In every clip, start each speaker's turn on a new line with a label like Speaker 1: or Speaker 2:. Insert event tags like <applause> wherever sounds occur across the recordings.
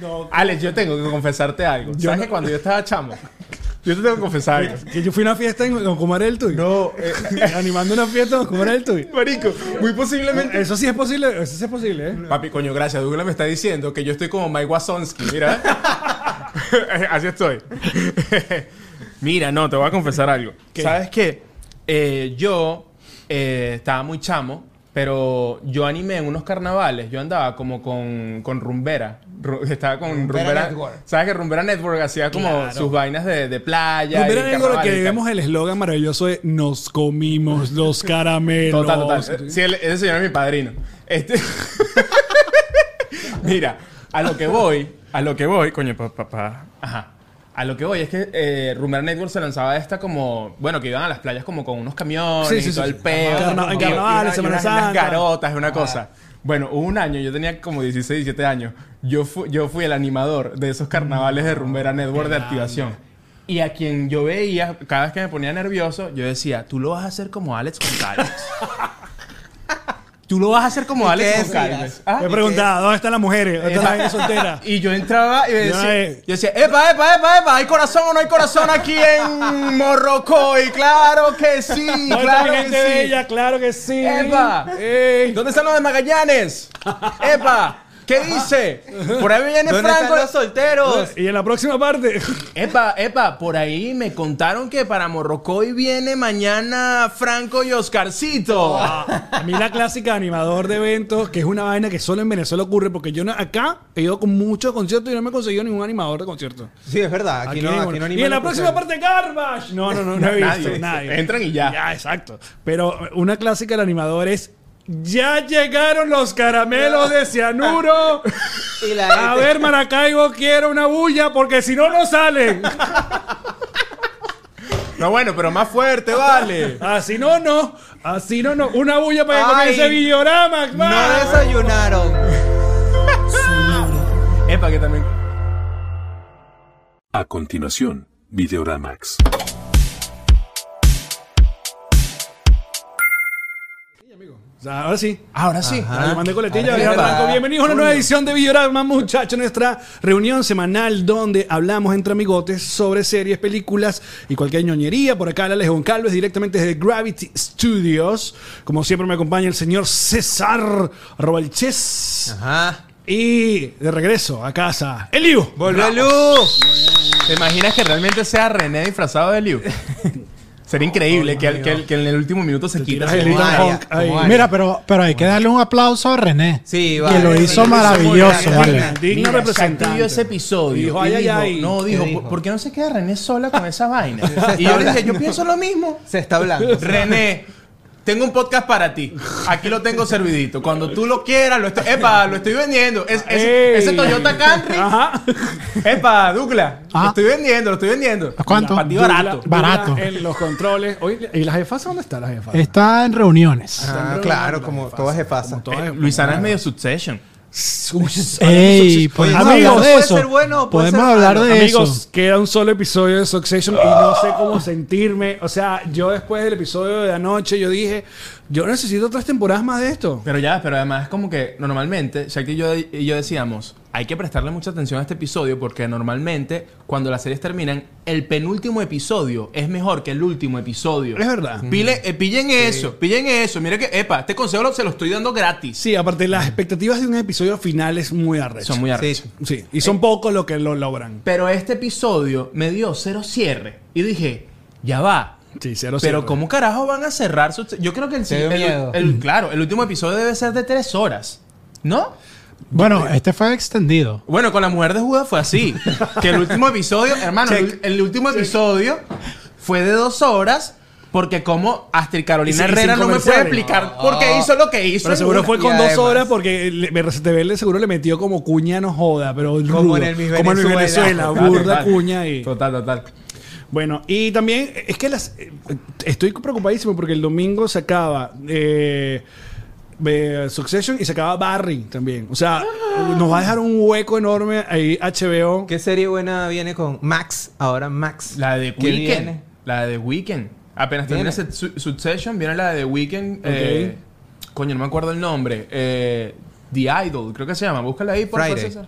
Speaker 1: No.
Speaker 2: Alex, yo tengo que confesarte algo. ¿Sabes que cuando yo estaba chamo? Yo te tengo que confesar algo.
Speaker 1: Que yo fui a una fiesta en Don Omar el Tuy.
Speaker 2: No, eh,
Speaker 1: <laughs> Animando una fiesta en Don Omar el Tuy.
Speaker 2: marico, muy posiblemente...
Speaker 1: Eso sí es posible, eso sí es posible, ¿eh?
Speaker 2: Eh, Papi, coño, gracias. Douglas me está diciendo que yo estoy como Mike Wazowski, mira. <laughs> Así estoy. mira, no, te voy a confesar algo. ¿Sabes qué? Eh, yo eh, estaba muy chamo, pero yo animé en unos carnavales. Yo andaba como con, con Rumbera. Ru- estaba con Rumbera,
Speaker 3: Rumbera Network.
Speaker 2: ¿Sabes que Rumbera Network hacía como
Speaker 3: Claro.
Speaker 2: sus vainas de, de playa?
Speaker 1: Primero
Speaker 2: y
Speaker 1: lo que
Speaker 2: carnavales y tal?
Speaker 1: vemos el eslogan maravilloso de nos comimos los caramelos.
Speaker 2: Total,
Speaker 1: Eh,
Speaker 2: total. Sí, el- ese señor es mi padrino. Este... <laughs> Mira, a lo que voy, a lo que voy, coño, papá. Ajá. A lo que voy es que eh, Rumor Network se lanzaba esta como, bueno, que iban a las playas como con unos camiones
Speaker 1: Sí, sí,
Speaker 2: y todo
Speaker 1: sí.
Speaker 2: el peo.
Speaker 1: Carna- en
Speaker 2: Y- y
Speaker 1: carnavales,
Speaker 2: una- y
Speaker 1: Semana
Speaker 2: unas-
Speaker 1: Santa.
Speaker 2: Unas garotas, una cosa. Bueno, hubo un año, yo tenía como 16, 17 años. Yo, fu- yo fui el animador de esos carnavales de Rumbera Network de activación. Y a quien yo veía, cada vez que me ponía nervioso, yo decía, tú lo vas a hacer como Alex Goncalves. tú lo vas a hacer como Alex
Speaker 3: qué
Speaker 2: Goncalves.
Speaker 3: decías?
Speaker 2: Ah,
Speaker 1: Me preguntaba, ¿dónde están las mujeres? ¿Dónde están las vainas solteras?
Speaker 2: <laughs> y yo entraba y me
Speaker 1: Ya
Speaker 2: decía,
Speaker 1: es.
Speaker 2: yo decía, epa, epa, epa, epa, ¿hay corazón o no hay corazón aquí en Morrocoy? Claro que sí,
Speaker 1: ¿Dónde está
Speaker 2: claro
Speaker 1: mi
Speaker 2: que
Speaker 1: gente
Speaker 2: sí.
Speaker 1: bella? Claro que sí.
Speaker 2: ¡Epa!
Speaker 1: Ey.
Speaker 2: ¿Dónde están los de Magallanes? ¡Epa! ¿Qué dice? Por ahí viene
Speaker 3: ¿Dónde
Speaker 2: Franco.
Speaker 3: están los solteros?
Speaker 1: Y en la próxima parte. <laughs>
Speaker 2: Epa, epa, por ahí me contaron que para Morrocoy viene mañana Franco y Oscarcito.
Speaker 1: Ah, A mí la clásica de animador de eventos, que es una vaina que solo en Venezuela ocurre, porque yo no- acá he ido con muchos conciertos y no me he conseguido ningún animador de conciertos.
Speaker 3: Sí, es verdad. Aquí, no,
Speaker 1: ninguno.
Speaker 3: aquí no
Speaker 1: y en la próxima
Speaker 3: parte
Speaker 1: parte, Garbage. No, no, no, no he
Speaker 2: Nadie.
Speaker 1: visto. Nadie.
Speaker 2: Entran y ya.
Speaker 1: Ya, exacto. Pero una clásica del animador es: Ya llegaron los caramelos de cianuro.
Speaker 3: Y la
Speaker 1: A
Speaker 3: gente-
Speaker 1: ver, Maracaibo, quiero una bulla porque si no, no salen.
Speaker 2: No, bueno, pero más fuerte, vale.
Speaker 1: Así no, no. Así no, no. Una bulla para que
Speaker 3: Ay.
Speaker 1: comience Villorama.
Speaker 3: No
Speaker 1: va.
Speaker 3: desayunaron.
Speaker 2: Epa, que también.
Speaker 4: A continuación, Videoramax.
Speaker 1: O sea, ahora sí.
Speaker 2: Ahora sí.
Speaker 1: Ah, le mandé coletilla,
Speaker 3: Ahora
Speaker 1: Gabriel
Speaker 3: sí,
Speaker 1: Blanco.
Speaker 3: va.
Speaker 1: Bienvenidos a una nueva edición de Videorama, muchachos. Nuestra reunión semanal donde hablamos entre amigotes sobre series, películas y cualquier ñoñería. Por acá, Alex Goncalves, directamente desde Gravity Studios. Como siempre, me acompaña el señor César Robalches.
Speaker 3: Ajá.
Speaker 1: Y de regreso a casa, Eliu.
Speaker 3: ¡Volvió luz!
Speaker 2: ¿Te imaginas que realmente sea René disfrazado de
Speaker 1: <laughs>
Speaker 2: Liu? Sería
Speaker 1: Oh,
Speaker 2: increíble que, al- que al- que en el último minuto se quita.
Speaker 1: tiras
Speaker 2: esa
Speaker 1: el hilo.
Speaker 2: vaina.
Speaker 1: Hulk, ahí.
Speaker 3: Como Aria.
Speaker 5: Mira, pero, pero hay que darle un aplauso a René.
Speaker 3: Sí,
Speaker 5: Que
Speaker 3: vale.
Speaker 5: lo hizo maravilloso,
Speaker 3: muy bien.
Speaker 5: vale.
Speaker 1: Digno
Speaker 2: Mira, Santi
Speaker 1: representante.
Speaker 2: vio ese episodio.
Speaker 1: Dijo,
Speaker 2: y
Speaker 1: ay, ay,
Speaker 2: dijo,
Speaker 1: ay.
Speaker 2: No,
Speaker 3: ¿Qué
Speaker 2: dijo,
Speaker 3: dijo?
Speaker 2: ¿por qué no se queda René sola con esa
Speaker 1: <laughs>
Speaker 2: vaina?
Speaker 3: está
Speaker 2: y yo le dije,
Speaker 3: hablando.
Speaker 2: yo pienso lo mismo.
Speaker 3: Se está hablando.
Speaker 2: René, tengo un podcast para ti. Aquí lo tengo servidito. Cuando tú lo quieras, lo estoy, epa, lo estoy vendiendo. Es, es-
Speaker 1: Ey.
Speaker 2: ese Toyota Camry.
Speaker 1: Ajá.
Speaker 2: Epa, Douglas. Lo
Speaker 5: Ah.
Speaker 2: estoy vendiendo, lo estoy vendiendo.
Speaker 5: ¿A cuánto?
Speaker 2: Para ti
Speaker 1: Dula-
Speaker 2: barato.
Speaker 1: Dula
Speaker 5: Barato.
Speaker 1: En los controles. Oye, ¿Y la jefaza dónde está la jefaza?
Speaker 5: Está en reuniones.
Speaker 3: Ah, claro, como todas jefasas.
Speaker 1: Todas-
Speaker 2: Luisana Eh, es medio succession.
Speaker 5: Ey,
Speaker 6: pues,
Speaker 5: podemos
Speaker 1: Amigos,
Speaker 5: hablar de
Speaker 3: puede
Speaker 5: eso.
Speaker 3: ser bueno o puede
Speaker 5: podemos
Speaker 3: ser
Speaker 5: hablar
Speaker 3: malo.
Speaker 5: de
Speaker 1: Amigos,
Speaker 5: eso.
Speaker 1: queda un solo episodio de Succession y no sé cómo sentirme. O sea, yo después del episodio de anoche, yo dije, yo necesito tres temporadas más de esto.
Speaker 2: Pero ya, pero además es como que normalmente, Shakti y yo, y yo decíamos, hay que prestarle mucha atención a este episodio porque normalmente cuando las series terminan, el penúltimo episodio es mejor que el último episodio.
Speaker 1: Es verdad.
Speaker 2: Pile- eh, pillen eso, pillen eso. Mira que, epa, este consejo lo- se lo estoy dando gratis.
Speaker 1: Sí, aparte, las expectativas de un episodio final es muy arrecho.
Speaker 2: Son muy arrechos.
Speaker 3: Sí.
Speaker 1: Sí, y son pocos los que lo logran.
Speaker 2: Pero este episodio me dio cero cierre y dije, ya va.
Speaker 1: Sí, cero
Speaker 2: Pero
Speaker 1: cierre.
Speaker 2: ¿cómo carajo van a cerrar su... Yo creo que el,
Speaker 3: Te dio
Speaker 2: el-
Speaker 3: miedo.
Speaker 2: el- Claro, el último episodio debe ser de tres horas. ¿No?
Speaker 5: Bueno, este fue extendido.
Speaker 2: Bueno, con la mujer de Judas fue
Speaker 1: <laughs>
Speaker 2: así. que el último episodio, hermano, el, el último episodio fue de dos horas. Porque como Astrid
Speaker 1: Y
Speaker 2: Carolina
Speaker 1: sin- y
Speaker 2: Herrera
Speaker 1: sin
Speaker 2: no me puede
Speaker 1: comerciales. Ah.
Speaker 2: explicar por qué hizo lo que hizo.
Speaker 1: Pero
Speaker 2: en
Speaker 1: seguro
Speaker 2: una-
Speaker 1: fue con
Speaker 3: y
Speaker 1: dos
Speaker 3: además-
Speaker 1: horas porque le- BRCTV seguro le metió como cuña no joda, pero rudo.
Speaker 3: en el Miss
Speaker 1: como en el
Speaker 2: <laughs>
Speaker 1: Venezuela,
Speaker 3: Venezuela.
Speaker 1: burda cuña y...
Speaker 2: Total, total.
Speaker 1: Bueno, y también es que las eh, estoy preocupadísimo porque el domingo se acaba eh, eh, Succession y se acaba Barry también. O sea, nos va a dejar un hueco enorme ahí HBO.
Speaker 3: ¿Qué serie buena viene con Max? Ahora Max.
Speaker 2: La de
Speaker 3: ¿Qué
Speaker 2: Weekend.
Speaker 3: viene?
Speaker 2: La de Weekend. Apenas termina
Speaker 3: Viene.
Speaker 2: Su- Succession, viene la de The Weekend. eh, coño, no me acuerdo el nombre. eh, The Idol, creo que se llama. Búscala ahí, por favor.
Speaker 3: Friday.
Speaker 2: César.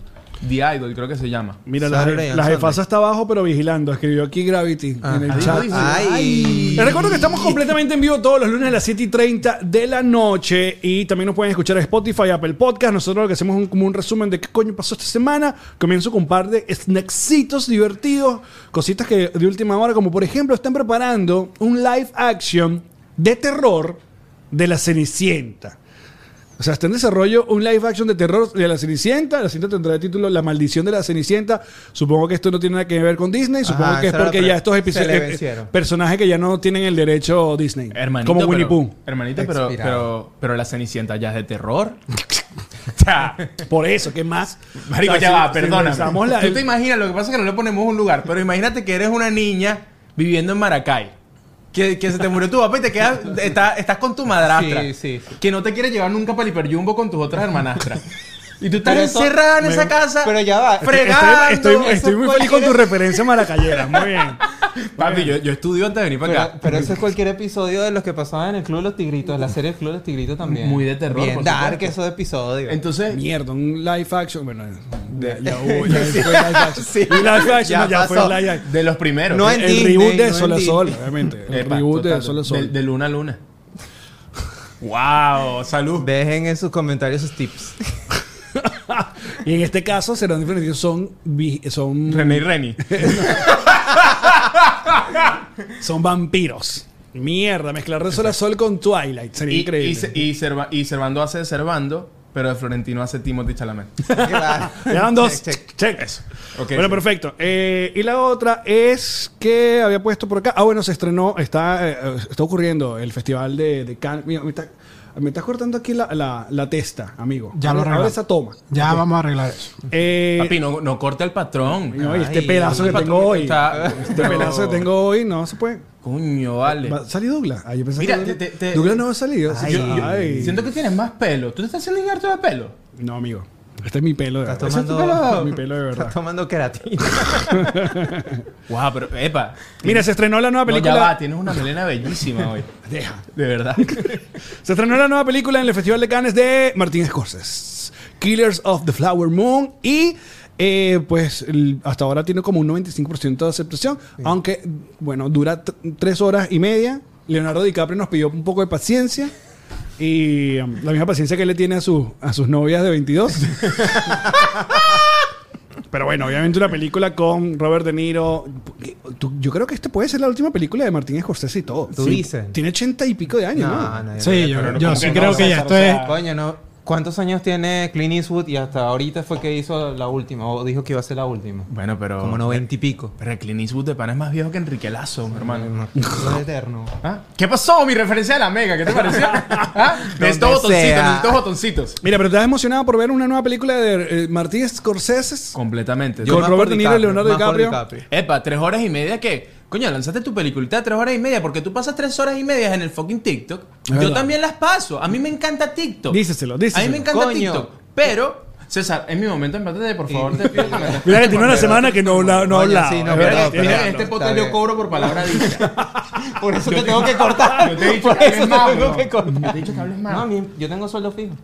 Speaker 2: The Idol, creo que se llama.
Speaker 1: Mira, la,
Speaker 3: Saturday and
Speaker 1: la jefasa
Speaker 3: Sunday.
Speaker 1: está abajo, pero vigilando. Escribió aquí Gravity
Speaker 3: Ah.
Speaker 1: en el
Speaker 2: Ahí
Speaker 1: chat.
Speaker 2: lo dice.
Speaker 3: Ay.
Speaker 1: Les recuerdo que estamos completamente en vivo todos los lunes a las 7 y 30 de la noche y también nos pueden escuchar en Spotify, Apple Podcast. Nosotros lo que hacemos es un, como un resumen de qué coño pasó esta semana. Comienzo con un par de snacksitos divertidos, cositas que de última hora, como por ejemplo, están preparando un live action de terror de la Cenicienta. O sea, está en desarrollo un live action de terror de la Cenicienta. La Cenicienta tendrá el título La maldición de la Cenicienta. Supongo que esto no tiene nada que ver con Disney. Supongo
Speaker 3: Ajá,
Speaker 1: que es
Speaker 3: esa era la
Speaker 1: porque
Speaker 3: pre-
Speaker 1: ya estos
Speaker 3: se
Speaker 1: episodios, eh,
Speaker 3: le vencieron.
Speaker 1: personajes que ya no tienen el derecho Disney.
Speaker 2: Hermanito.
Speaker 1: como Winnie
Speaker 2: pero-
Speaker 1: Pooh.
Speaker 2: Hermanito, pero,
Speaker 3: Expirado.
Speaker 2: pero, pero la Cenicienta ya es de terror. <laughs> o sea,
Speaker 1: Por eso, ¿qué más?
Speaker 2: Marico,
Speaker 1: O sea,
Speaker 2: ya
Speaker 1: si-
Speaker 2: va,
Speaker 1: si
Speaker 2: perdóname.
Speaker 1: pensamos la-
Speaker 2: Tú te imaginas, lo que pasa es que no le ponemos un lugar, pero imagínate que eres una niña viviendo en Maracay. Que, que se te murió tu papá y te quedas, está- estás con tu madrastra.
Speaker 3: Sí, sí, sí.
Speaker 2: Que no te quiere llevar nunca para el hiperjumbo con tus otras hermanastras. Y tú estás
Speaker 3: Pero eso-
Speaker 2: encerrada en esa
Speaker 3: me-
Speaker 2: casa.
Speaker 3: pero ya va.
Speaker 2: Fregando.
Speaker 1: estoy, estoy-
Speaker 2: Eso
Speaker 1: estoy muy
Speaker 2: cualquier-
Speaker 1: feliz con tu referencia maracayera. Muy bien.
Speaker 2: Papi, yo, yo estudio antes de venir para
Speaker 3: Pero,
Speaker 2: acá.
Speaker 3: pero eso es cualquier episodio de los que pasaban en el Club de los Tigritos, la serie del Club de los Tigritos también.
Speaker 2: Muy de terror,
Speaker 3: Bien
Speaker 2: por
Speaker 3: dark
Speaker 2: supuesto.
Speaker 3: esos episodios.
Speaker 2: Entonces,
Speaker 1: Mierda, un live
Speaker 2: <laughs>
Speaker 1: action. Bueno, ya, ya hubo. Ya fue live action.
Speaker 3: Sí.
Speaker 1: Y live action, no, ya,
Speaker 3: Ya
Speaker 1: fue
Speaker 3: pasó.
Speaker 1: live action.
Speaker 2: de los primeros.
Speaker 3: No
Speaker 1: El
Speaker 3: en Disney,
Speaker 1: reboot de
Speaker 3: no
Speaker 1: Sol a
Speaker 3: en
Speaker 1: Sol,
Speaker 3: Disney.
Speaker 1: obviamente. El
Speaker 2: Epa,
Speaker 1: reboot de
Speaker 2: total,
Speaker 1: Sol a
Speaker 2: De,
Speaker 1: Sol.
Speaker 2: de luna a luna. wow, salud.
Speaker 3: Dejen en sus comentarios sus tips.
Speaker 1: y en este caso serán diferentes. Son, vi- son,
Speaker 2: René y Reni.
Speaker 1: son vampiros. Mierda, mezclar de sol a sol con Twilight. Sería
Speaker 2: Y,
Speaker 1: increíble.
Speaker 2: y, Ce- y, Cerva- y Cervando hace Cervando, pero de Florentino hace Timothy Chalamet.
Speaker 1: Le dan dos.
Speaker 3: Check,
Speaker 1: Check.
Speaker 3: check.
Speaker 1: Eso.
Speaker 2: Ok,
Speaker 1: bueno,
Speaker 2: sí.
Speaker 1: perfecto. Eh, y la otra es que había puesto por acá. Ah, bueno, se estrenó. Está, eh, está ocurriendo el festival de, de Cannes. Mira, me, está- me estás cortando aquí la, la- la testa, amigo.
Speaker 5: Ya lo
Speaker 1: Abre- abre
Speaker 5: arreglamos.
Speaker 1: esa toma.
Speaker 5: Ya vamos a arreglar eso.
Speaker 1: Eh,
Speaker 2: Papi, no, no corte al patrón. Ah.
Speaker 1: no, y este
Speaker 3: Ay,
Speaker 1: pedazo que
Speaker 2: el
Speaker 1: tengo
Speaker 2: patrón
Speaker 1: hoy.
Speaker 2: está-
Speaker 1: Este pedazo que tengo hoy no se puede.
Speaker 2: Coño, vale.
Speaker 1: ¿Va a salir Douglas? Ah, yo pensé
Speaker 2: Mira,
Speaker 1: que Douglas,
Speaker 2: te- te-
Speaker 1: Douglas no ha salido.
Speaker 2: Yo- yo-
Speaker 1: Ay.
Speaker 2: Siento que tienes más pelo. ¿Tú te estás haciendo injerto de pelo?
Speaker 1: No, amigo. Este es mi pelo de
Speaker 3: Estás
Speaker 1: verdad.
Speaker 2: Ese es tu
Speaker 3: tomando, <laughs>
Speaker 1: Mi pelo de
Speaker 3: estás
Speaker 1: verdad.
Speaker 3: tomando
Speaker 1: <laughs>
Speaker 3: queratina.
Speaker 2: Wow, pero epa.
Speaker 1: Mira, se estrenó la nueva
Speaker 2: No,
Speaker 1: película.
Speaker 2: ya va, tienes una melena bellísima hoy.
Speaker 1: Deja.
Speaker 2: De
Speaker 1: <laughs>
Speaker 2: verdad.
Speaker 1: Se estrenó la nueva película en el Festival de Cannes de Martín Scorsese, Killers of the Flower Moon, y eh, pues el- hasta ahora tiene como un 95% de aceptación, aunque, bueno, dura t- tres horas y media. Leonardo DiCaprio nos pidió un poco de paciencia. Y um, la misma paciencia que él le tiene a, sus a sus novias de 22. <laughs> Pero bueno, obviamente una película con Robert De Niro. Tú- Yo creo que esta puede ser la última película de Martín Scorsese y todo.
Speaker 3: Tú dices.
Speaker 1: Tiene 80 y pico de años. ¿no?
Speaker 3: No, no,
Speaker 5: Sí, yo,
Speaker 2: pero no,
Speaker 5: yo
Speaker 2: como
Speaker 5: sí
Speaker 2: que
Speaker 5: creo
Speaker 2: no,
Speaker 5: que ya
Speaker 2: César,
Speaker 5: esto
Speaker 2: o
Speaker 5: es.
Speaker 2: sea,
Speaker 3: Coño, no. ¿Cuántos años tiene Clint Eastwood y hasta ahorita fue que hizo la última? O dijo que iba a ser la última.
Speaker 2: Bueno, pero.
Speaker 3: Como noventa y pico.
Speaker 2: Pero Clint Eastwood de pana es más viejo que Enrique Lazo, mi hermano.
Speaker 1: <laughs>
Speaker 3: Lo de eterno.
Speaker 2: ¿Ah? ¿Qué pasó? Mi referencia de la mega, ¿qué
Speaker 1: <laughs>
Speaker 2: te pareció? ¿Ah? Necesito
Speaker 3: Donde
Speaker 2: botoncitos,
Speaker 3: sea.
Speaker 2: necesito botoncitos.
Speaker 1: Mira, pero estás emocionado por ver una nueva película de eh, Martín Scorsese.
Speaker 2: Completamente.
Speaker 1: Yo- Con
Speaker 3: más
Speaker 1: Robert
Speaker 3: por
Speaker 1: De Niro y Leonardo
Speaker 3: más por
Speaker 1: DiCaprio.
Speaker 2: Epa, tres horas y media que. Coño, lanzaste tu peliculita de tres horas y media porque tú pasas tres horas y media en el fucking TikTok. Yo
Speaker 1: verdad.
Speaker 2: también las paso. A mí me encanta TikTok.
Speaker 1: Díceselo, díceselo.
Speaker 2: A mí me encanta
Speaker 3: Coño.
Speaker 2: TikTok. Pero, César, en mi momento, empátate, por favor, te pido que
Speaker 1: <laughs>
Speaker 2: me
Speaker 1: Mira que tiene una semana que no, habla- no
Speaker 3: Coño,
Speaker 1: hablaba.
Speaker 3: sí, no,
Speaker 1: Es
Speaker 2: Mira,
Speaker 1: verdad.
Speaker 3: pero-
Speaker 2: mira,
Speaker 3: no,
Speaker 2: este
Speaker 3: está
Speaker 2: podcast yo
Speaker 3: bien.
Speaker 2: cobro por palabra
Speaker 1: <laughs>
Speaker 2: dicha.
Speaker 3: Por eso te tengo que cortar.
Speaker 2: Yo te he dicho
Speaker 3: por
Speaker 2: que hables
Speaker 3: eso
Speaker 2: más,
Speaker 3: te tengo
Speaker 2: weón.
Speaker 3: que
Speaker 2: Yo
Speaker 3: cortar.
Speaker 2: te he dicho que hables más.
Speaker 3: No, a mí- yo tengo sueldo fijo.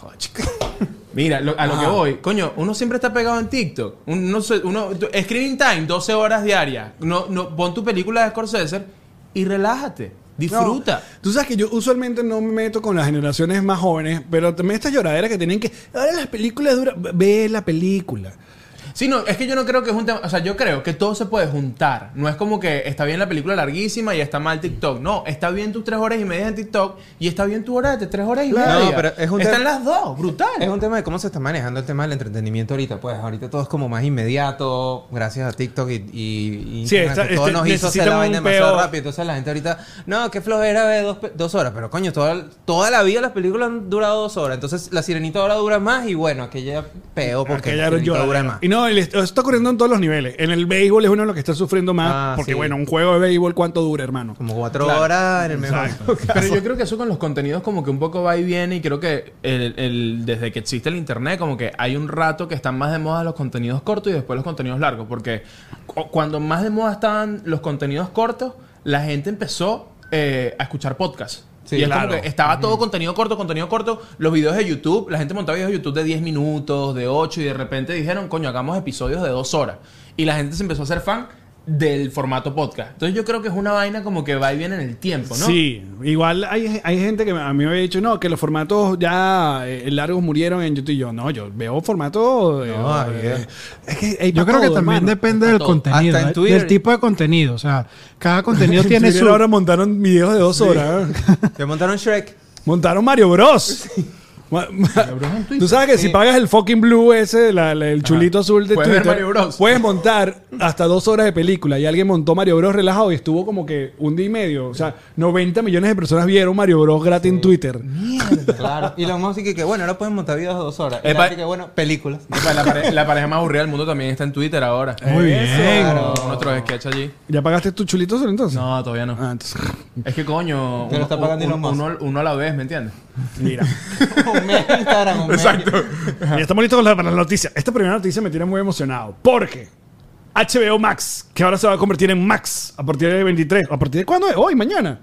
Speaker 2: Joder, chico. Mira, lo- a lo que voy, coño, uno siempre está pegado en TikTok. Uno, se- uno- tu- screening time, 12 horas diarias. No, no, pon tu película de Scorsese y relájate. Disfruta.
Speaker 1: No, tú sabes que yo usualmente no me meto con las generaciones más jóvenes, pero también estas lloraderas que tienen que. Ahora las películas duran. Ve la película.
Speaker 2: Sí, no, es que yo no creo que es un tema. O sea, yo creo que todo se puede juntar. No es como que está bien la película larguísima y está mal TikTok. No, está bien tus tres horas y media en TikTok y está bien tu hora de tres horas y
Speaker 3: Claro.
Speaker 2: media.
Speaker 3: No, pero es un
Speaker 2: Están
Speaker 3: tema-
Speaker 2: las dos, brutal.
Speaker 3: Es un tema de cómo se está manejando el tema del entretenimiento ahorita. Pues ahorita todo es como más inmediato, gracias a TikTok y, y, y
Speaker 1: Sí,
Speaker 3: Instagram,
Speaker 1: está-
Speaker 3: que todo
Speaker 1: este,
Speaker 3: nos hizo hacer
Speaker 1: necesitan
Speaker 3: la vaina
Speaker 1: un
Speaker 3: demasiado
Speaker 1: peo.
Speaker 3: rápido. Entonces la gente ahorita, no, qué flojera ver dos, pe- dos horas. Pero coño, toda, toda la vida las películas han durado dos horas. Entonces la sirenita ahora dura más y bueno, aquella peo porque
Speaker 1: Aquella
Speaker 3: la sirenita
Speaker 1: lloradera.
Speaker 3: dura más.
Speaker 1: Y no, el- esto está ocurriendo en todos los niveles. En el béisbol es uno de los que está sufriendo más.
Speaker 3: Ah,
Speaker 1: porque,
Speaker 3: sí.
Speaker 1: bueno, un juego de béisbol, ¿cuánto dura, hermano?
Speaker 3: Como cuatro horas en el mejor.
Speaker 2: Pero yo creo que eso con los contenidos como que un poco va y viene y creo que el, el- desde que existe el internet como que hay un rato que están más de moda los contenidos cortos y después los contenidos largos porque cu- cuando más de moda estaban los contenidos cortos la gente empezó eh, a escuchar podcasts.
Speaker 3: Sí,
Speaker 2: y es como
Speaker 1: claro.
Speaker 2: que estaba todo contenido corto, contenido corto. Los videos de YouTube, la gente montaba videos de YouTube de 10 minutos, de 8, y de repente dijeron, coño, hagamos episodios de 2 horas. Y la gente se empezó a hacer fan del formato podcast. Entonces yo creo que es una vaina como que va y viene en el tiempo, ¿no?
Speaker 1: Sí, igual hay, hay gente que a mí me había dicho, no, que los formatos ya eh, largos murieron en YouTube. Y yo, no, yo veo formatos... eh,
Speaker 3: No,
Speaker 1: eh, es que hay
Speaker 5: Yo
Speaker 1: pa'
Speaker 5: creo que
Speaker 1: todo,
Speaker 5: también
Speaker 1: hermano.
Speaker 5: depende del
Speaker 3: todo.
Speaker 5: contenido,
Speaker 3: Hasta en
Speaker 5: ¿eh?
Speaker 3: Twitter.
Speaker 5: del tipo de contenido. O sea, cada
Speaker 1: <laughs>
Speaker 5: contenido
Speaker 1: En
Speaker 5: tiene
Speaker 1: Twitter
Speaker 5: su.
Speaker 1: ahora montaron videos de dos horas. ¿eh?
Speaker 5: <laughs>
Speaker 3: Te montaron Shrek.
Speaker 1: Montaron Mario Bros. <laughs> Ma- ma- Tú sabes que si pagas el fucking blue ese, la- la- el chulito azul de
Speaker 2: Puedes ver
Speaker 1: Twitter,
Speaker 2: Mario Bros.
Speaker 1: puedes montar hasta dos horas de película. Y alguien montó Mario Bros relajado y estuvo como que un día y medio. O sea, 90 millones de personas vieron Mario Bros gratis en Twitter.
Speaker 3: Claro. Y lo más que, que bueno, ahora pueden montar videos de dos horas. Y
Speaker 2: Epa.
Speaker 3: la que, bueno, películas. <laughs>
Speaker 2: Epa, La, pare- la pareja más aburrida del mundo también está en Twitter ahora.
Speaker 5: Muy bien.
Speaker 2: Claro. Nuestro sketch allí.
Speaker 1: ¿Ya pagaste tu chulito azul entonces?
Speaker 2: No, todavía no.
Speaker 1: Ah, entonces,
Speaker 2: Es que coño,
Speaker 3: Te lo
Speaker 2: uno,
Speaker 3: está pagando
Speaker 2: uno-
Speaker 3: Elon Musk.
Speaker 2: uno- uno a la vez, ¿me entiendes?
Speaker 1: <laughs> <laughs> mira.
Speaker 3: Un mes de Instagram, un mes.
Speaker 1: Ya estamos listos con la- para la noticia. Esta primera noticia me tiene muy emocionado. Porque HBO Max, que ahora se va a convertir en Max a partir del 23. ¿A partir de cuándo es? Hoy, mañana.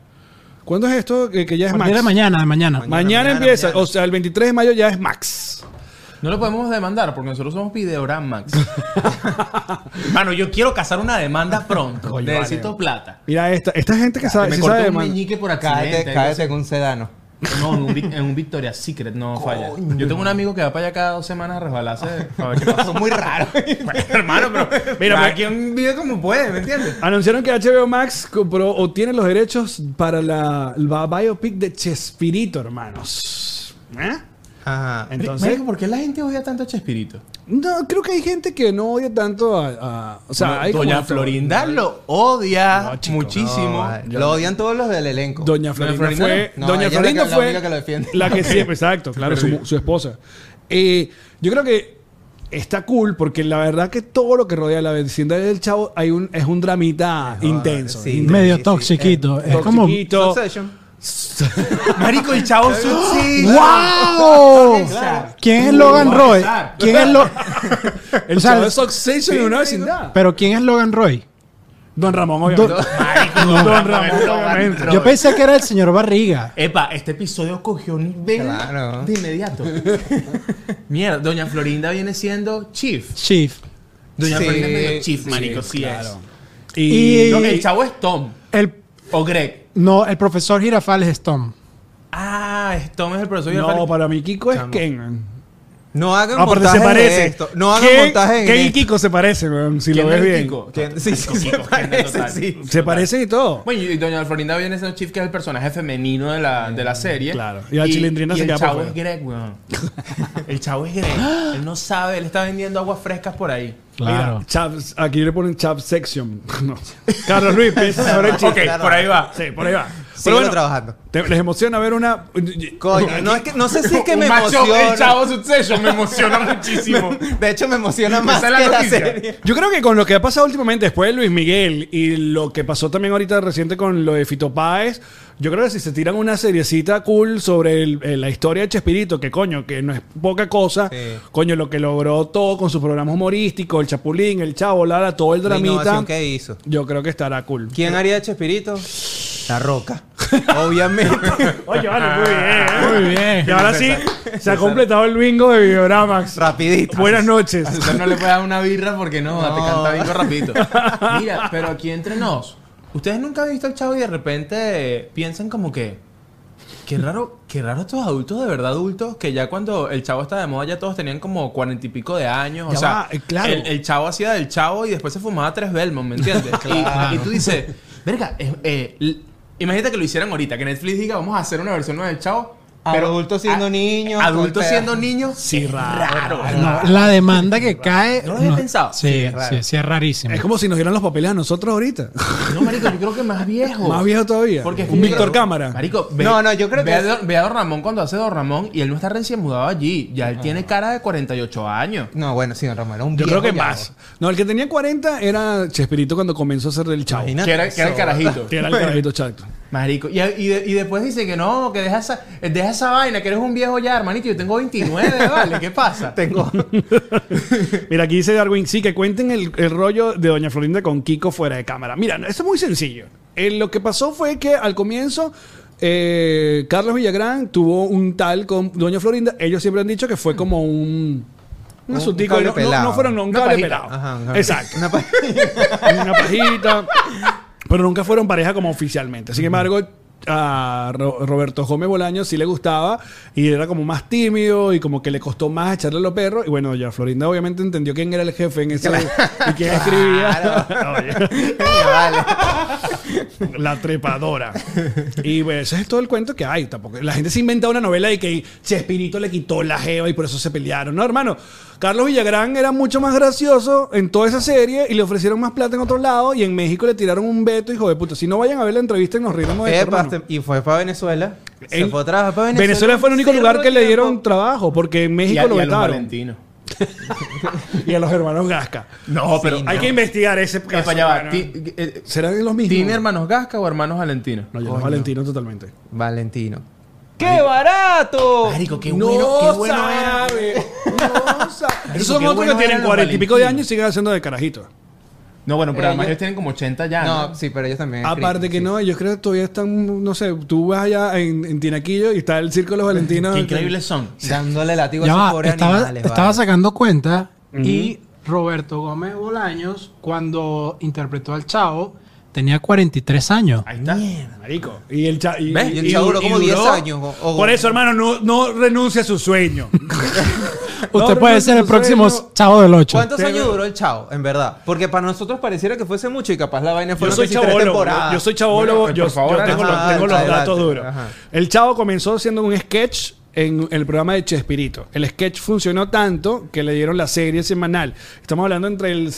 Speaker 1: ¿Cuándo es esto que, que ya es
Speaker 5: A partir de
Speaker 1: Max?
Speaker 5: mañana, de mañana.
Speaker 1: Mañana,
Speaker 3: Mañana,
Speaker 1: empieza,
Speaker 3: mañana.
Speaker 1: o sea, el 23 de mayo ya es Max.
Speaker 2: No lo podemos demandar porque nosotros somos Videoramax. <laughs> Mano, yo quiero cazar una demanda pronto.
Speaker 1: Coño,
Speaker 2: Necesito
Speaker 1: vale.
Speaker 2: plata.
Speaker 1: Mira, esta, esta gente que sabe,
Speaker 2: me
Speaker 1: sí
Speaker 2: corté
Speaker 1: sabe,
Speaker 2: un
Speaker 1: man.
Speaker 2: meñique por accidente.
Speaker 3: Cállate,
Speaker 2: algo así.
Speaker 3: cállate con un sedano.
Speaker 2: No, en un, vi- en un Victoria's Secret no falla. Yo tengo un amigo que va para allá cada dos semanas a resbalarse. A <laughs> ver qué pasa.
Speaker 3: Son muy raros.
Speaker 2: Bueno, hermano, pero
Speaker 1: Mira,
Speaker 2: mira,
Speaker 1: pero-
Speaker 2: aquí vive como puede, ¿me entiendes?
Speaker 1: Anunciaron que HBO Max compró o tiene los derechos para la, la biopic de Chespirito, hermanos. ¿Eh?
Speaker 3: Ajá.
Speaker 1: Entonces,
Speaker 2: Marico, ¿por qué la gente odia tanto a Chespirito?
Speaker 1: no, creo que hay gente que no odia tanto a... a- o sea, hay como
Speaker 2: Doña
Speaker 1: de todo.
Speaker 2: Florinda lo odia
Speaker 1: No, chico,
Speaker 2: muchísimo.
Speaker 3: Lo odian todos los del elenco.
Speaker 1: Doña Florinda,
Speaker 2: Florinda
Speaker 1: fue.
Speaker 3: no. No,
Speaker 1: Doña
Speaker 3: ella es
Speaker 1: Florinda
Speaker 3: la que- la
Speaker 1: fue.
Speaker 3: única que lo defiende.
Speaker 1: la que
Speaker 3: <laughs>
Speaker 1: siempre, exacto, claro, su, su esposa. Eh, yo creo que está cool porque la verdad que todo lo que rodea la vecindad del chavo hay un, es un dramita intenso.
Speaker 3: sí.
Speaker 1: intenso.
Speaker 5: Medio
Speaker 3: <laughs> Sí, sí,
Speaker 5: toxiquito. es como.
Speaker 1: Toxiquito.
Speaker 3: Succession.
Speaker 2: Marico, el chavo su-
Speaker 3: Sí.
Speaker 5: ¡Wow!
Speaker 3: Claro.
Speaker 5: ¿Quién es Logan
Speaker 2: va a
Speaker 5: Roy?
Speaker 2: pasar.
Speaker 5: ¿Quién es <laughs> Lo-
Speaker 1: El
Speaker 5: O sea,
Speaker 1: chavo es Succession en una vecindad.
Speaker 5: Pero ¿quién es Logan Roy?
Speaker 1: Don Ramón, obviamente.
Speaker 2: Marico,
Speaker 1: Don
Speaker 2: Don
Speaker 1: Ramón,
Speaker 2: Ramón,
Speaker 1: obviamente.
Speaker 2: Roy.
Speaker 5: Yo pensé que era el señor Barriga.
Speaker 2: Epa, este episodio cogió un nivel
Speaker 3: Claro.
Speaker 2: de inmediato. <laughs> Mierda, Doña Florinda viene siendo chief.
Speaker 5: Chief.
Speaker 2: Doña
Speaker 3: Sí,
Speaker 2: Florinda es medio chief,
Speaker 3: sí,
Speaker 2: marico, sí
Speaker 1: claro.
Speaker 2: es.
Speaker 5: Y-
Speaker 2: No, el chavo es Tom
Speaker 5: El,
Speaker 2: o Greg.
Speaker 5: no, el profesor Girafales es Tom.
Speaker 2: Ah, es Tom es el profesor. Yo
Speaker 1: No,
Speaker 2: fal-
Speaker 1: para mí Kiko es Ken.
Speaker 3: No hagan
Speaker 1: Aparte Ah, se
Speaker 3: montaje de
Speaker 1: parece.
Speaker 3: esto. No hagan
Speaker 1: Ken-
Speaker 3: montaje en
Speaker 1: Ken y
Speaker 3: esto.
Speaker 1: Kiko se parecen, weón, si lo
Speaker 2: ¿Quién
Speaker 1: ves
Speaker 2: es
Speaker 1: bien.
Speaker 2: Kiko?
Speaker 3: ¿Quién? Sí, sí,
Speaker 2: Kiko,
Speaker 3: se
Speaker 2: Kiko, Ken,
Speaker 3: parece,
Speaker 2: total.
Speaker 3: sí.
Speaker 1: Se parecen y todo.
Speaker 2: Bueno, y Doña Florinda viene siendo chief, que es el personaje femenino de la, de la serie.
Speaker 1: Claro. Y la chilindrina se
Speaker 2: y
Speaker 1: queda
Speaker 2: El
Speaker 1: por
Speaker 2: chavo
Speaker 1: fuera.
Speaker 2: es Greg, weón. El chavo es <gasps> Greg. Él no sabe, él está vendiendo aguas frescas por ahí.
Speaker 5: Claro.
Speaker 1: Mira, chaps- aquí le ponen chap section. <laughs> No. Carlos Luis, piensa mejor el
Speaker 2: Ok,
Speaker 1: chiste.
Speaker 2: por ahí va.
Speaker 1: Sí, por ahí va.
Speaker 3: Sigo
Speaker 1: Pero bueno,
Speaker 3: trabajando.
Speaker 1: te- les emociona ver una.
Speaker 3: Coño, no, es que, no sé si es que
Speaker 2: Un
Speaker 3: me
Speaker 2: macho,
Speaker 3: emociona.
Speaker 2: El chavo Succession me emociona muchísimo.
Speaker 3: <laughs> De hecho, <laughs> me emociona más
Speaker 2: Esa es la
Speaker 3: que la
Speaker 2: noticia.
Speaker 3: serie.
Speaker 1: Yo creo que con lo que ha pasado últimamente después de Luis Miguel y lo que pasó también ahorita reciente con lo de Fito Páez, yo creo que si se tiran una seriecita cool sobre el- eh, la historia de Chespirito, que coño, que no es poca cosa,
Speaker 3: Sí.
Speaker 1: coño, lo que logró todo con sus programas humorísticos, el Chapulín, el Chavo, Lara, todo el
Speaker 3: La
Speaker 1: dramita,
Speaker 3: innovación que hizo.
Speaker 1: yo creo que estará cool.
Speaker 3: ¿Quién haría de Chespirito? La Roca.
Speaker 1: <laughs>
Speaker 3: Obviamente.
Speaker 1: Oye, vale, muy
Speaker 3: <laughs>
Speaker 1: bien. ¿eh?
Speaker 5: Muy bien.
Speaker 1: Y ahora sí, se ha completado el bingo de Videoramax.
Speaker 3: Rapidito.
Speaker 1: Buenas noches.
Speaker 2: Usted no le puede dar una birra porque no,
Speaker 3: No.
Speaker 2: te canta bingo rapidito.
Speaker 1: <laughs>
Speaker 2: Mira, pero aquí entre nos, ustedes nunca han visto al chavo y de repente piensan como que. Qué raro, qué raro estos adultos de verdad adultos que ya cuando el chavo estaba de moda ya todos tenían como cuarenta y pico de años. o
Speaker 1: Ya
Speaker 2: sea,
Speaker 1: va, eh, claro.
Speaker 2: el, el chavo hacía del chavo y después se fumaba tres Belmont, ¿me
Speaker 1: <laughs>
Speaker 2: entiendes? Y- y, tú dices, verga, eh, eh, l- imagínate que lo hicieran ahorita, que Netflix diga, vamos a hacer una versión nueva del chavo.
Speaker 3: Adultos siendo
Speaker 2: a-
Speaker 3: niños,
Speaker 2: Adultos
Speaker 3: golpea.
Speaker 2: siendo niños.
Speaker 1: Sí, raro.
Speaker 5: No, la demanda que cae.
Speaker 2: No lo había pensado.
Speaker 5: Sí, sí, sí, es rarísimo.
Speaker 1: Es como si nos dieran los papeles a nosotros ahorita.
Speaker 2: No, marico, yo creo que más
Speaker 3: Oh.
Speaker 2: viejo.
Speaker 1: Más viejo todavía.
Speaker 2: Porque es
Speaker 1: un
Speaker 2: que
Speaker 1: Víctor
Speaker 2: yo creo-
Speaker 1: Cámara.
Speaker 2: Marico, ve,
Speaker 3: No, no, yo creo
Speaker 2: ve
Speaker 3: que
Speaker 2: a
Speaker 3: es-
Speaker 2: Don- ve a Don Ramón cuando hace Don Ramón y él no está recién mudado allí. Ya él tiene cara de 48 años.
Speaker 3: No, bueno, sí, don Ramón era un
Speaker 1: Yo creo
Speaker 3: viejo
Speaker 1: que
Speaker 3: ya,
Speaker 1: más.
Speaker 3: bro.
Speaker 1: No, el que tenía 40 era Chespirito cuando comenzó a hacer el chavo.
Speaker 3: Imagínate.
Speaker 2: Que era, que era el carajito.
Speaker 1: Que era el carajito chato.
Speaker 2: Marico. Y, y de- y después dice que no, que deja esa, deja esa vaina, que eres un viejo ya, hermanito. Yo tengo 29,
Speaker 3: <laughs>
Speaker 2: vale. ¿Qué pasa?
Speaker 3: Tengo.
Speaker 1: Mira, aquí dice Darwin, sí, que cuenten el, el rollo de Doña Florinda con Kiko fuera de cámara. Mira, no, esto es muy sencillo. Eh, lo que pasó fue que al comienzo eh, Carlos Villagrán tuvo un tal con Doña Florinda. Ellos siempre han dicho que fue como un. Una
Speaker 3: Un-
Speaker 1: sutica,
Speaker 3: un cable
Speaker 1: no- no,
Speaker 3: pelado.
Speaker 1: no fueron no, un
Speaker 2: Una
Speaker 1: cable
Speaker 2: pajita.
Speaker 1: pelado.
Speaker 3: Ajá, un cable-
Speaker 1: Exacto.
Speaker 3: Una
Speaker 5: <laughs>
Speaker 3: pa-
Speaker 1: una pajita. Pero nunca fueron pareja como oficialmente. Sin embargo, a Ro- Roberto Gómez Bolaño sí le gustaba y era como más tímido y como que le costó más echarle a los perros. Y bueno, ya Florinda obviamente entendió quién era el jefe en ese y quién escribía. <laughs> Oye,
Speaker 3: vale.
Speaker 1: la trepadora. Y bueno, ese es todo el cuento que hay. Tampoco. La gente se inventa una novela de que Chespirito le quitó la jeva y por eso se pelearon. No, hermano. Carlos Villagrán era mucho más gracioso en toda esa serie y le ofrecieron más plata en otro lado y en México le tiraron un veto, hijo de puta. Si no vayan a ver la entrevista y nos reiremos de esto,
Speaker 3: Epa,
Speaker 1: hermano.
Speaker 3: te- y fue para Venezuela. Se
Speaker 1: En-
Speaker 3: fue a trabajar para Venezuela.
Speaker 1: Venezuela fue el único
Speaker 3: Cerro
Speaker 1: lugar que le
Speaker 3: tiempo.
Speaker 1: dieron trabajo porque en
Speaker 2: Y
Speaker 1: México
Speaker 2: a,
Speaker 1: lo
Speaker 2: y a los
Speaker 1: vetaron.
Speaker 2: Valentinos.
Speaker 1: y a los hermanos Gasca.
Speaker 2: No, pero.
Speaker 3: Sí,
Speaker 1: Hay
Speaker 3: no.
Speaker 1: que investigar ese
Speaker 2: Epa,
Speaker 1: caso,
Speaker 2: ya va.
Speaker 1: hermano.
Speaker 2: Ti- eh,
Speaker 1: ¿Serán los mismos?
Speaker 2: ¿Tiene hermanos Gasca o hermanos Valentinos?
Speaker 1: No, yo los
Speaker 3: Coño.
Speaker 1: Valentinos totalmente.
Speaker 3: Valentino. ¡Qué barato!
Speaker 1: no sabe.
Speaker 3: <laughs>
Speaker 1: No sabe. Esos son
Speaker 2: qué
Speaker 1: otros
Speaker 2: bueno
Speaker 1: que tienen
Speaker 2: eran los
Speaker 1: cuarenta y pico de
Speaker 2: Valentinos.
Speaker 1: años y siguen haciendo de carajitos.
Speaker 2: No, bueno, pero
Speaker 3: Eh,
Speaker 2: además
Speaker 3: yo-
Speaker 2: ellos tienen como 80
Speaker 5: Ah,
Speaker 2: ya.
Speaker 3: No,
Speaker 2: ¿no?
Speaker 3: sí, pero ellos también.
Speaker 1: Aparte que no, yo creo que todavía están, no sé, tú vas allá en, en Tinaquillo y está el Circo de los Valentinos.
Speaker 2: Qué increíbles son.
Speaker 3: Dándole látigo
Speaker 5: Ya
Speaker 3: a
Speaker 5: va,
Speaker 3: esos pobres
Speaker 5: estaba,
Speaker 3: animales.
Speaker 5: estaba
Speaker 3: vale.
Speaker 5: sacando cuenta y Roberto Gómez Bolaños, cuando interpretó al Chavo, tenía 43 años.
Speaker 2: Ahí está.
Speaker 1: Marico. Y el, cha- y,
Speaker 3: ¿Ves? Y el chavo duró como 10 años, o- o-
Speaker 1: Por eso, hermano, no, no renuncia a su <laughs> sueño.
Speaker 5: Usted
Speaker 1: No,
Speaker 5: puede
Speaker 1: no,
Speaker 5: ser
Speaker 1: no,
Speaker 5: el próximo
Speaker 1: sueño.
Speaker 5: Chavo del 8.
Speaker 3: ¿Cuántos años duró el chavo, en verdad? Porque para nosotros pareciera que fuese mucho y capaz la vaina fue
Speaker 1: Yo
Speaker 3: no
Speaker 1: soy
Speaker 3: sé si tres
Speaker 1: chabólogo.
Speaker 3: temporadas.
Speaker 1: Yo soy chabólogo.
Speaker 2: Bueno,
Speaker 1: yo,
Speaker 2: por favor,
Speaker 1: yo tengo,
Speaker 3: ajá,
Speaker 1: los, tengo los
Speaker 3: adelante,
Speaker 1: datos duros.
Speaker 3: ajá.
Speaker 1: El chavo comenzó siendo un sketch en el programa de Chespirito. El sketch funcionó tanto que le dieron la serie semanal. Estamos hablando entre el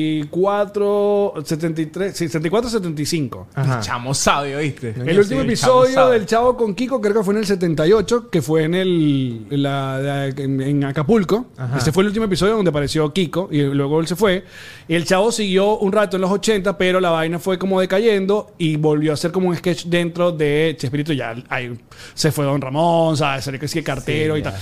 Speaker 1: 74, 73, sí, 74 y 75.
Speaker 3: Ajá.
Speaker 2: Chamo sabio, ¿viste?
Speaker 1: El último episodio del Chavo con Kiko creo que fue en el 78, que fue en el en la- la- en, en Acapulco.
Speaker 3: Ajá.
Speaker 1: Ese fue el último episodio donde apareció Kiko y luego él se fue. Y el Chavo siguió un rato en los 80, pero la vaina fue como decayendo y volvió a ser como un sketch dentro de Chespirito. Ya ahí se fue Don Ramón, ¿sabes? Se le que cartero y tal.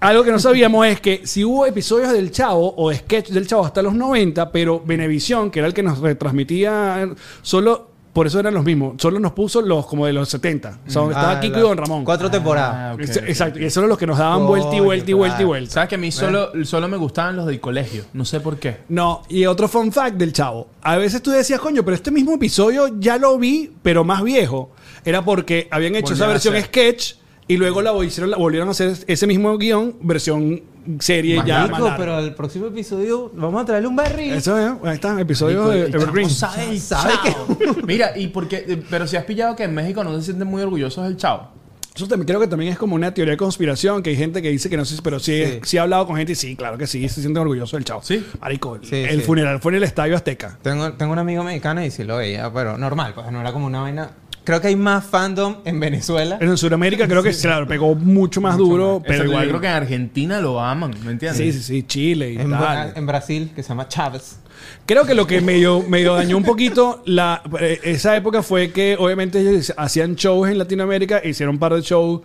Speaker 1: Algo que no sabíamos es que si hubo episodios del Chavo o sketch del Chavo hasta los 90, pero Venevisión, que era el que nos retransmitía, eh, solo por eso eran los mismos. Solo nos puso los como de los 70. O
Speaker 2: Mm.
Speaker 1: sea, donde
Speaker 3: Ah,
Speaker 1: estaba Kiko y
Speaker 3: la-
Speaker 1: Don Ramón.
Speaker 3: Cuatro temporadas.
Speaker 2: Ah, ok,
Speaker 1: Ex-
Speaker 2: ok.
Speaker 1: Exacto. Y esos eran los que nos daban
Speaker 3: Coño,
Speaker 1: vuelta y vuelta y vuelta y
Speaker 3: claro.
Speaker 1: vuelta.
Speaker 2: ¿Sabes que a mí solo, solo me gustaban los del colegio? No sé por qué.
Speaker 1: No, y otro fun fact del chavo. A veces tú decías, coño, pero este mismo episodio ya lo vi, pero más viejo. Era porque habían hecho
Speaker 2: Volvieron a
Speaker 1: esa versión
Speaker 2: hacer.
Speaker 1: sketch y luego la, vo- hicieron, la volvieron a hacer ese mismo guión, versión serie
Speaker 2: Más
Speaker 1: ya.
Speaker 2: largo,
Speaker 1: más
Speaker 3: Marico,
Speaker 1: larga.
Speaker 3: pero al próximo episodio vamos a traerle un barril.
Speaker 1: Eso es, ahí está, episodio de
Speaker 2: El chamo
Speaker 1: Evergreen.
Speaker 2: sabe el
Speaker 3: ¿Sabe
Speaker 2: chao. <laughs> Mira, y porque, pero si has pillado que en México no se sienten muy orgullosos del chavo.
Speaker 1: Eso también creo que también es como una teoría de conspiración, que hay gente que dice que no sé, pero sí,
Speaker 3: Sí.
Speaker 1: sí he hablado con gente y sí, claro que sí, se siente orgulloso del chavo.
Speaker 2: Sí.
Speaker 1: Marico, el-
Speaker 3: Sí,
Speaker 1: el
Speaker 3: sí.
Speaker 1: funeral fue en el Estadio Azteca.
Speaker 3: Tengo, tengo un amigo mexicano y sí lo veía, pero normal, pues no era como una vaina. Creo que hay más fandom en Venezuela.
Speaker 1: En Sudamérica creo que, claro, pegó mucho más duro, pero
Speaker 2: Pero igual
Speaker 1: igual...
Speaker 2: creo que en Argentina lo aman, ¿me entiendes?
Speaker 1: Sí, sí, sí, Chile y
Speaker 3: En,
Speaker 1: tal.
Speaker 3: en Brasil, que se llama Chávez.
Speaker 1: Creo que lo que medio, medio dañó un poquito la, eh, esa época fue que obviamente ellos hacían shows en Latinoamérica, hicieron un par de shows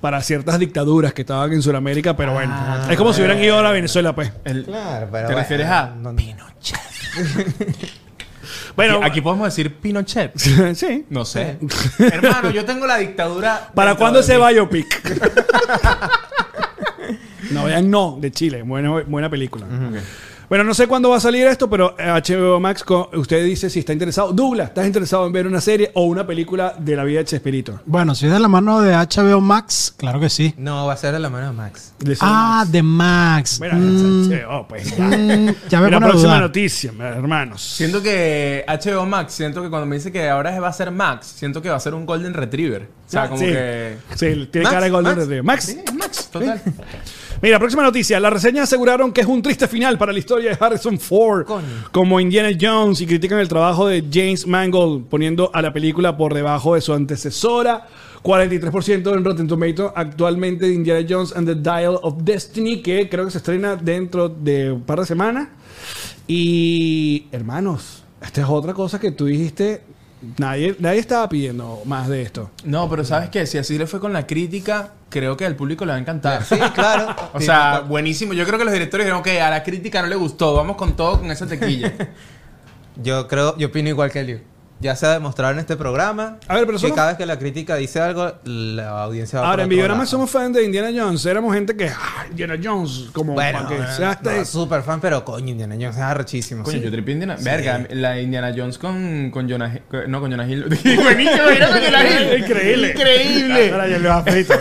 Speaker 1: para ciertas dictaduras que estaban en Sudamérica, pero bueno, es como si hubieran ido a Venezuela, pues.
Speaker 2: El-
Speaker 3: Claro, pero.
Speaker 2: ¿Te refieres a
Speaker 3: Pinochet?
Speaker 1: Bueno,
Speaker 2: Aquí podemos decir Pinochet.
Speaker 1: <laughs> sí. <laughs>
Speaker 2: No sé. <laughs> Hermano, yo tengo la dictadura.
Speaker 1: ¿Para
Speaker 2: dentro
Speaker 1: cuándo
Speaker 2: de
Speaker 1: se
Speaker 2: mí.
Speaker 1: va Biopic? <laughs> no, vean No, de Chile. Buena, buena película. Bueno, no sé cuándo va a salir esto, pero eh, HBO Max, co- usted dice si está interesado. Douglas, ¿estás interesado en ver una serie o una película de la vida de Chespirito?
Speaker 5: Bueno, si es de la mano de HBO Max, claro que sí.
Speaker 3: No, va a ser de la mano de Max.
Speaker 1: De ser
Speaker 5: Ah, de Max.
Speaker 1: Max. Mira,
Speaker 5: Mm,
Speaker 1: che, oh, pues, ya.
Speaker 5: mm, ya me pone
Speaker 1: la
Speaker 5: a
Speaker 1: próxima
Speaker 5: dudar.
Speaker 1: noticia, hermanos.
Speaker 2: Siento que HBO Max, siento que cuando me dice que ahora va a ser Max, siento que va a ser un Golden Retriever. O sea, como
Speaker 1: Ah, sí.
Speaker 2: que.
Speaker 1: Sí, tiene
Speaker 2: Max,
Speaker 1: cara de Golden
Speaker 2: Max.
Speaker 1: Retriever. Max.
Speaker 2: Sí, es Max, total.
Speaker 1: Mira, próxima noticia. Las reseñas aseguraron que es un triste final para la historia de Harrison Ford
Speaker 3: Coño.
Speaker 1: como Indiana Jones y critican el trabajo de James Mangold poniendo a la película por debajo de su antecesora. 43% en Rotten Tomatoes actualmente de Indiana Jones and the Dial of Destiny que creo que se estrena dentro de un par de semanas. Y hermanos, esta es otra cosa que tú dijiste. Nadie, nadie estaba pidiendo más de esto.
Speaker 2: No, pero ¿sabes qué? Si así le fue con la crítica, creo que al público le va a encantar.
Speaker 3: Sí, claro.
Speaker 2: <laughs> O sea, buenísimo. Yo creo que los directores dijeron, ok, a la crítica no le gustó, vamos con todo con esa tequilla.
Speaker 3: yo creo, yo opino igual que Liu. Ya se ha demostrado en este programa.
Speaker 1: A ver, pero
Speaker 3: que
Speaker 1: somos-
Speaker 3: cada vez que la crítica dice algo, la audiencia va por
Speaker 1: Ahora, en
Speaker 3: otro
Speaker 1: Videorama
Speaker 3: lado.
Speaker 1: somos fans de Indiana Jones. Éramos gente que. "Ah, Indiana Jones, como.
Speaker 3: Bueno,
Speaker 1: para que
Speaker 3: eh,
Speaker 1: sea hasta-
Speaker 3: no, super fan, pero coño, Indiana Jones es arrechísimo.
Speaker 2: Coño,
Speaker 3: sí.
Speaker 2: yo tripé Indiana.
Speaker 3: Sí.
Speaker 2: Verga, la Indiana Jones con, con Jonah Hill. con- No, con Jonah Hill. Buenísimo, mira con Jonah Hill.
Speaker 1: Increíble.
Speaker 2: Increíble.
Speaker 1: Ahora ya lo <laughs> afeito.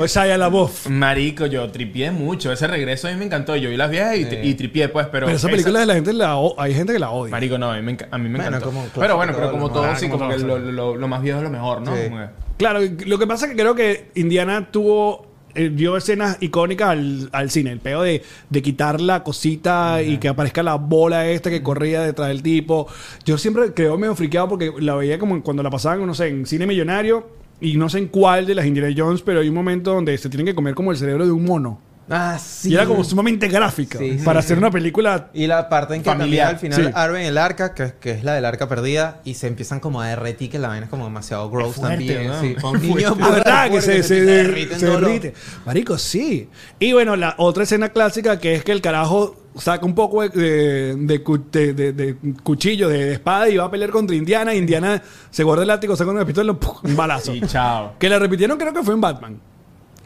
Speaker 1: O sea, ya la voz.
Speaker 2: Marico, yo tripié mucho. Ese regreso a mí me encantó. Yo vi las viejas y,
Speaker 3: Sí.
Speaker 2: y tripié, pues, pero.
Speaker 1: Pero esa película de la gente la o- hay gente que la odia.
Speaker 2: Marico, no, a mí me, enca- a mí me
Speaker 3: Bueno,
Speaker 2: encantó.
Speaker 3: como clásico
Speaker 2: pero bueno, pero
Speaker 3: todo
Speaker 2: como
Speaker 3: lo-
Speaker 2: todo,
Speaker 1: Ah,
Speaker 2: sí,
Speaker 1: como
Speaker 2: como que
Speaker 1: todo,
Speaker 2: lo,
Speaker 1: sí.
Speaker 2: lo- lo más viejo es lo mejor, ¿no?
Speaker 3: Sí.
Speaker 2: Como que-
Speaker 1: Claro, lo que pasa es que creo que Indiana tuvo eh, dio escenas icónicas al, al cine, el peo de, de quitar la cosita y que aparezca la bola esta que corría detrás del tipo. Yo siempre quedé medio friqueado porque la veía como en- cuando la pasaban, no sé, en cine millonario y no sé en cuál de las Indiana Jones, pero hay un momento donde se tienen que comer como el cerebro de un mono.
Speaker 3: Ah, sí.
Speaker 1: Y era como sumamente gráfica
Speaker 3: Sí, sí,
Speaker 1: para
Speaker 3: sí.
Speaker 1: hacer una película
Speaker 3: Y la parte en que también
Speaker 2: Familiar.
Speaker 3: al final
Speaker 1: Sí.
Speaker 3: Arven el arca, que, que es la del arca perdida, y se empiezan como a derretir, que la vaina es como demasiado gross
Speaker 2: fuerte,
Speaker 3: también.
Speaker 2: ¿no?
Speaker 3: Sí,
Speaker 2: Es
Speaker 3: pa' un niño
Speaker 1: <laughs> Ah,
Speaker 3: pobre,
Speaker 1: ¿verdad? Que
Speaker 3: pobre,
Speaker 1: se, se,
Speaker 3: derriten
Speaker 1: se
Speaker 3: todos los-
Speaker 1: derrite. Marico, sí. Y bueno, la otra escena clásica que es que el carajo saca un poco de, de, de cu- de- de- de cuchillo, de, de espada y va a pelear contra Indiana. Indiana se guarda el látigo, saca una pistola, ¡pum! un balazo.
Speaker 2: Y chao.
Speaker 1: Que la repitieron, creo que fue en Batman.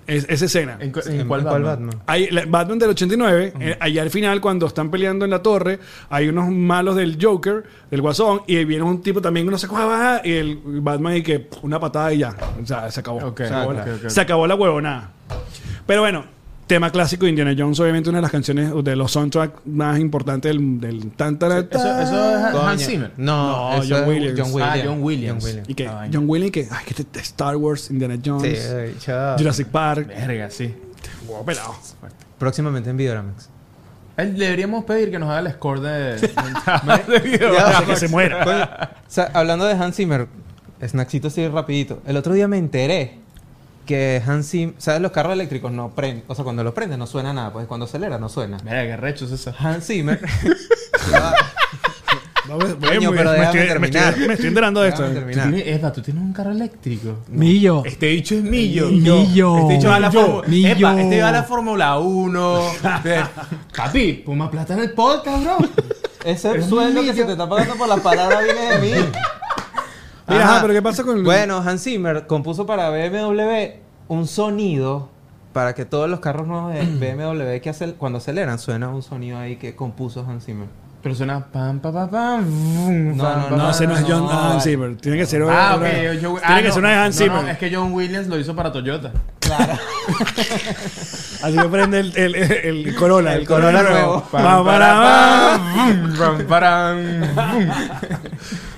Speaker 1: Es- esa escena.
Speaker 2: ¿En, cu- en
Speaker 3: ¿En
Speaker 2: cuál Batman?
Speaker 1: Hay, la- Batman del 89, eh, allá al final, cuando están peleando en la torre, hay unos malos del Joker, del Guasón, y viene un tipo también, no sé cuál va, y el Batman y que pff, una patada y ya. O sea, se acabó.
Speaker 2: Ok,
Speaker 1: se, acabó
Speaker 2: ok,
Speaker 1: la,
Speaker 2: ok, ok.
Speaker 1: se acabó la huevonada. Pero bueno, tema clásico de Indiana Jones, obviamente una de las canciones de los soundtracks más importantes del, del tan, tan,
Speaker 2: Eso,
Speaker 1: tan.
Speaker 2: eso es
Speaker 3: Coño.
Speaker 2: Hans Zimmer.
Speaker 1: No,
Speaker 3: No, eso
Speaker 1: John
Speaker 3: es
Speaker 1: Williams.
Speaker 3: John Williams.
Speaker 2: Ah, John Williams.
Speaker 1: y que
Speaker 2: Ah, vaina.
Speaker 1: John Williams que ay que te- te- Star Wars Indiana
Speaker 3: Sí,
Speaker 1: Jones
Speaker 3: eh, chao.
Speaker 1: Jurassic Park
Speaker 2: Verga, sí.
Speaker 1: huevo pelado
Speaker 3: Próximamente
Speaker 1: <laughs>
Speaker 3: en Videoramax.
Speaker 2: Él- Deberíamos pedir que nos haga el score <laughs> de.
Speaker 3: Ya,
Speaker 1: que se muera.
Speaker 3: Coño, o sea, hablando de Hans Zimmer, snacksito así rapidito. El otro día me enteré que Hans Zimmer, ¿sabes? Los carros eléctricos no prenden, o sea, cuando los prenden no suena nada, pues cuando acelera no suena.
Speaker 2: Verga, qué recho es eso.
Speaker 3: Hans Zimmer,
Speaker 1: Vamos,
Speaker 3: Coño,
Speaker 1: muy bien, me
Speaker 3: pero déjame
Speaker 1: estoy- me estoy-
Speaker 3: terminar.
Speaker 1: me estoy enterando de esto
Speaker 3: déjame
Speaker 2: ¿Tú
Speaker 3: terminar.
Speaker 2: tienes, Eva, tú tienes un carro eléctrico.
Speaker 5: Mm, Millo.
Speaker 2: Este dicho es millo.
Speaker 5: Millo.
Speaker 2: Este dicho va a la
Speaker 5: Millo.
Speaker 2: Fórmula
Speaker 5: Millo.
Speaker 2: Epa, este va a la Fórmula 1. <laughs> Papi, pon más plata en el podcast, bro.
Speaker 3: Ese es el sueldo que se te está pagando por las palabras viene de mí.
Speaker 1: <laughs> Mira, ajá, pero ¿qué pasa con el-
Speaker 3: Bueno, Hans Zimmer compuso para BMW un sonido para que todos los carros
Speaker 1: <clears throat>
Speaker 3: nuevos de BMW que acel- cuando aceleran suena un sonido ahí que compuso Hans Zimmer.
Speaker 2: Pero suena pam, pam, pam, pam. vum,
Speaker 3: No,
Speaker 2: pam,
Speaker 3: no,
Speaker 2: pam,
Speaker 1: No,
Speaker 3: Ah,
Speaker 1: ese no es
Speaker 3: no,
Speaker 1: John
Speaker 3: vale.
Speaker 1: Hans Zimmer. Tiene que ser una-
Speaker 2: Ah, ok.
Speaker 1: una-
Speaker 2: yo-
Speaker 1: tiene
Speaker 2: ah,
Speaker 1: que
Speaker 2: no.
Speaker 1: ser una de Hans
Speaker 2: No, no,
Speaker 1: Zimmer.
Speaker 2: es que John Williams lo hizo para Toyota.
Speaker 3: Claro.
Speaker 1: Así que prende el, el, el, el Corolla. El, Corolla, nuevo.
Speaker 2: Pam,
Speaker 1: Pa, para,
Speaker 2: para,
Speaker 1: pa.
Speaker 2: pam, pam, para, pum.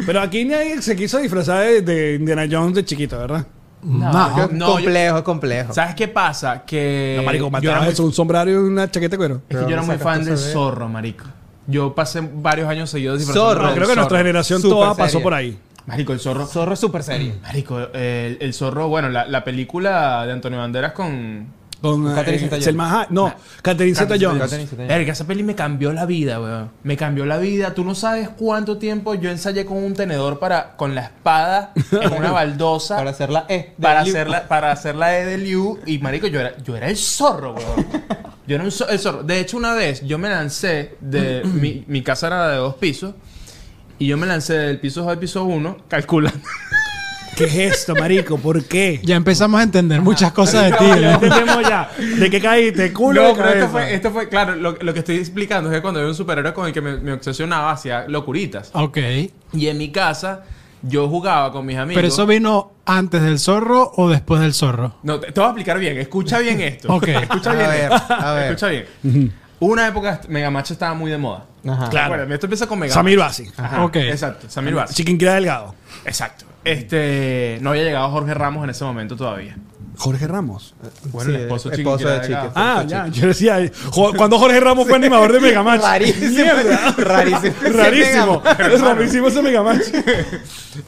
Speaker 1: Pero aquí nadie se quiso disfrazar de, de Indiana Jones de chiquito, ¿verdad?
Speaker 5: No.
Speaker 1: Ah,
Speaker 2: yo-
Speaker 3: No, Ah, complejo, complejo.
Speaker 2: ¿Sabes qué pasa? Que.
Speaker 1: No, marico,
Speaker 2: yo era
Speaker 1: matabas
Speaker 2: muy,
Speaker 1: eso, Eh, un sombrero y una chaqueta de cuero.
Speaker 2: es que yo era muy
Speaker 3: sacaste
Speaker 2: fan del
Speaker 3: esa de-
Speaker 2: zorro, marico. Yo pasé varios años seguidos
Speaker 3: Zorro.
Speaker 1: No,
Speaker 2: del
Speaker 1: creo que nuestra generación
Speaker 3: Súper
Speaker 1: toda
Speaker 3: serio.
Speaker 1: pasó por ahí.
Speaker 2: Marico, el zorro.
Speaker 3: Zorro es súper serio.
Speaker 1: Mm.
Speaker 2: Marico, el, el zorro, bueno, la, la película de Antonio Banderas con.
Speaker 1: Con
Speaker 3: Catherine
Speaker 1: eh,
Speaker 3: Zeta-Jones.
Speaker 1: Selma Ha- No, Catherine Zeta Jones.
Speaker 3: Catherine Zeta-Jones.
Speaker 2: Verga, esa peli me cambió la vida, weón. Me cambió la vida. Tú no sabes cuánto tiempo yo ensayé con un tenedor para. con la espada en
Speaker 1: <laughs>
Speaker 2: una baldosa.
Speaker 3: Para hacer la E. de
Speaker 2: para
Speaker 3: Liu.
Speaker 2: hacer la, para hacer la E de Liu y marico yo era yo era el zorro weón. yo era un zo- el zorro de hecho una vez yo me lancé de mi, mi casa era de dos pisos y yo me lancé del piso 2 al piso 1 calculando
Speaker 1: ¿Qué es esto, marico? ¿Por
Speaker 2: <laughs>
Speaker 1: qué?
Speaker 5: Ya empezamos a entender muchas cosas de ti. ¿eh?
Speaker 1: Ya
Speaker 5: ¿no?
Speaker 1: entendemos ya. ¿De qué caíste? Culo
Speaker 2: No,
Speaker 1: de
Speaker 2: pero esto
Speaker 1: cabeza.
Speaker 2: fue, esto fue claro lo, lo que estoy explicando es que cuando había un superhéroe con el que me, me obsesionaba hacía locuritas
Speaker 5: Ok.
Speaker 2: y en mi casa yo jugaba con mis amigos
Speaker 5: Pero eso vino antes del zorro o después del zorro.
Speaker 2: No, te, te voy a explicar bien. Escucha bien esto.
Speaker 5: Ok.
Speaker 2: Escucha
Speaker 3: A
Speaker 2: bien.
Speaker 3: ver,
Speaker 2: esto.
Speaker 3: a ver.
Speaker 2: Escucha bien. Una época Mega Macho estaba muy de moda.
Speaker 3: Ajá.
Speaker 1: Claro.
Speaker 2: Bueno, esto empieza con Mega
Speaker 1: Samir
Speaker 2: Macho.
Speaker 1: Basi.
Speaker 2: Ajá,
Speaker 5: Ok.
Speaker 2: Ah, Exacto. Samir Basi.
Speaker 1: Chiquinquirá Delgado.
Speaker 2: Exacto. Este, no había llegado Jorge Ramos en ese momento todavía.
Speaker 1: Jorge Ramos.
Speaker 2: Bueno,
Speaker 3: Sí,
Speaker 2: el esposo,
Speaker 3: el esposo de
Speaker 2: de Chiqui.
Speaker 3: Chiqui.
Speaker 1: Ah, ya. Yo decía, jo- cuando Jorge Ramos fue animador de Megamatch.
Speaker 3: <laughs> Rarísimo.
Speaker 1: <laughs> Mierda.
Speaker 3: Rarísimo.
Speaker 1: Rarísimo.
Speaker 3: Ese
Speaker 1: Es rarísimo ese Megamatch.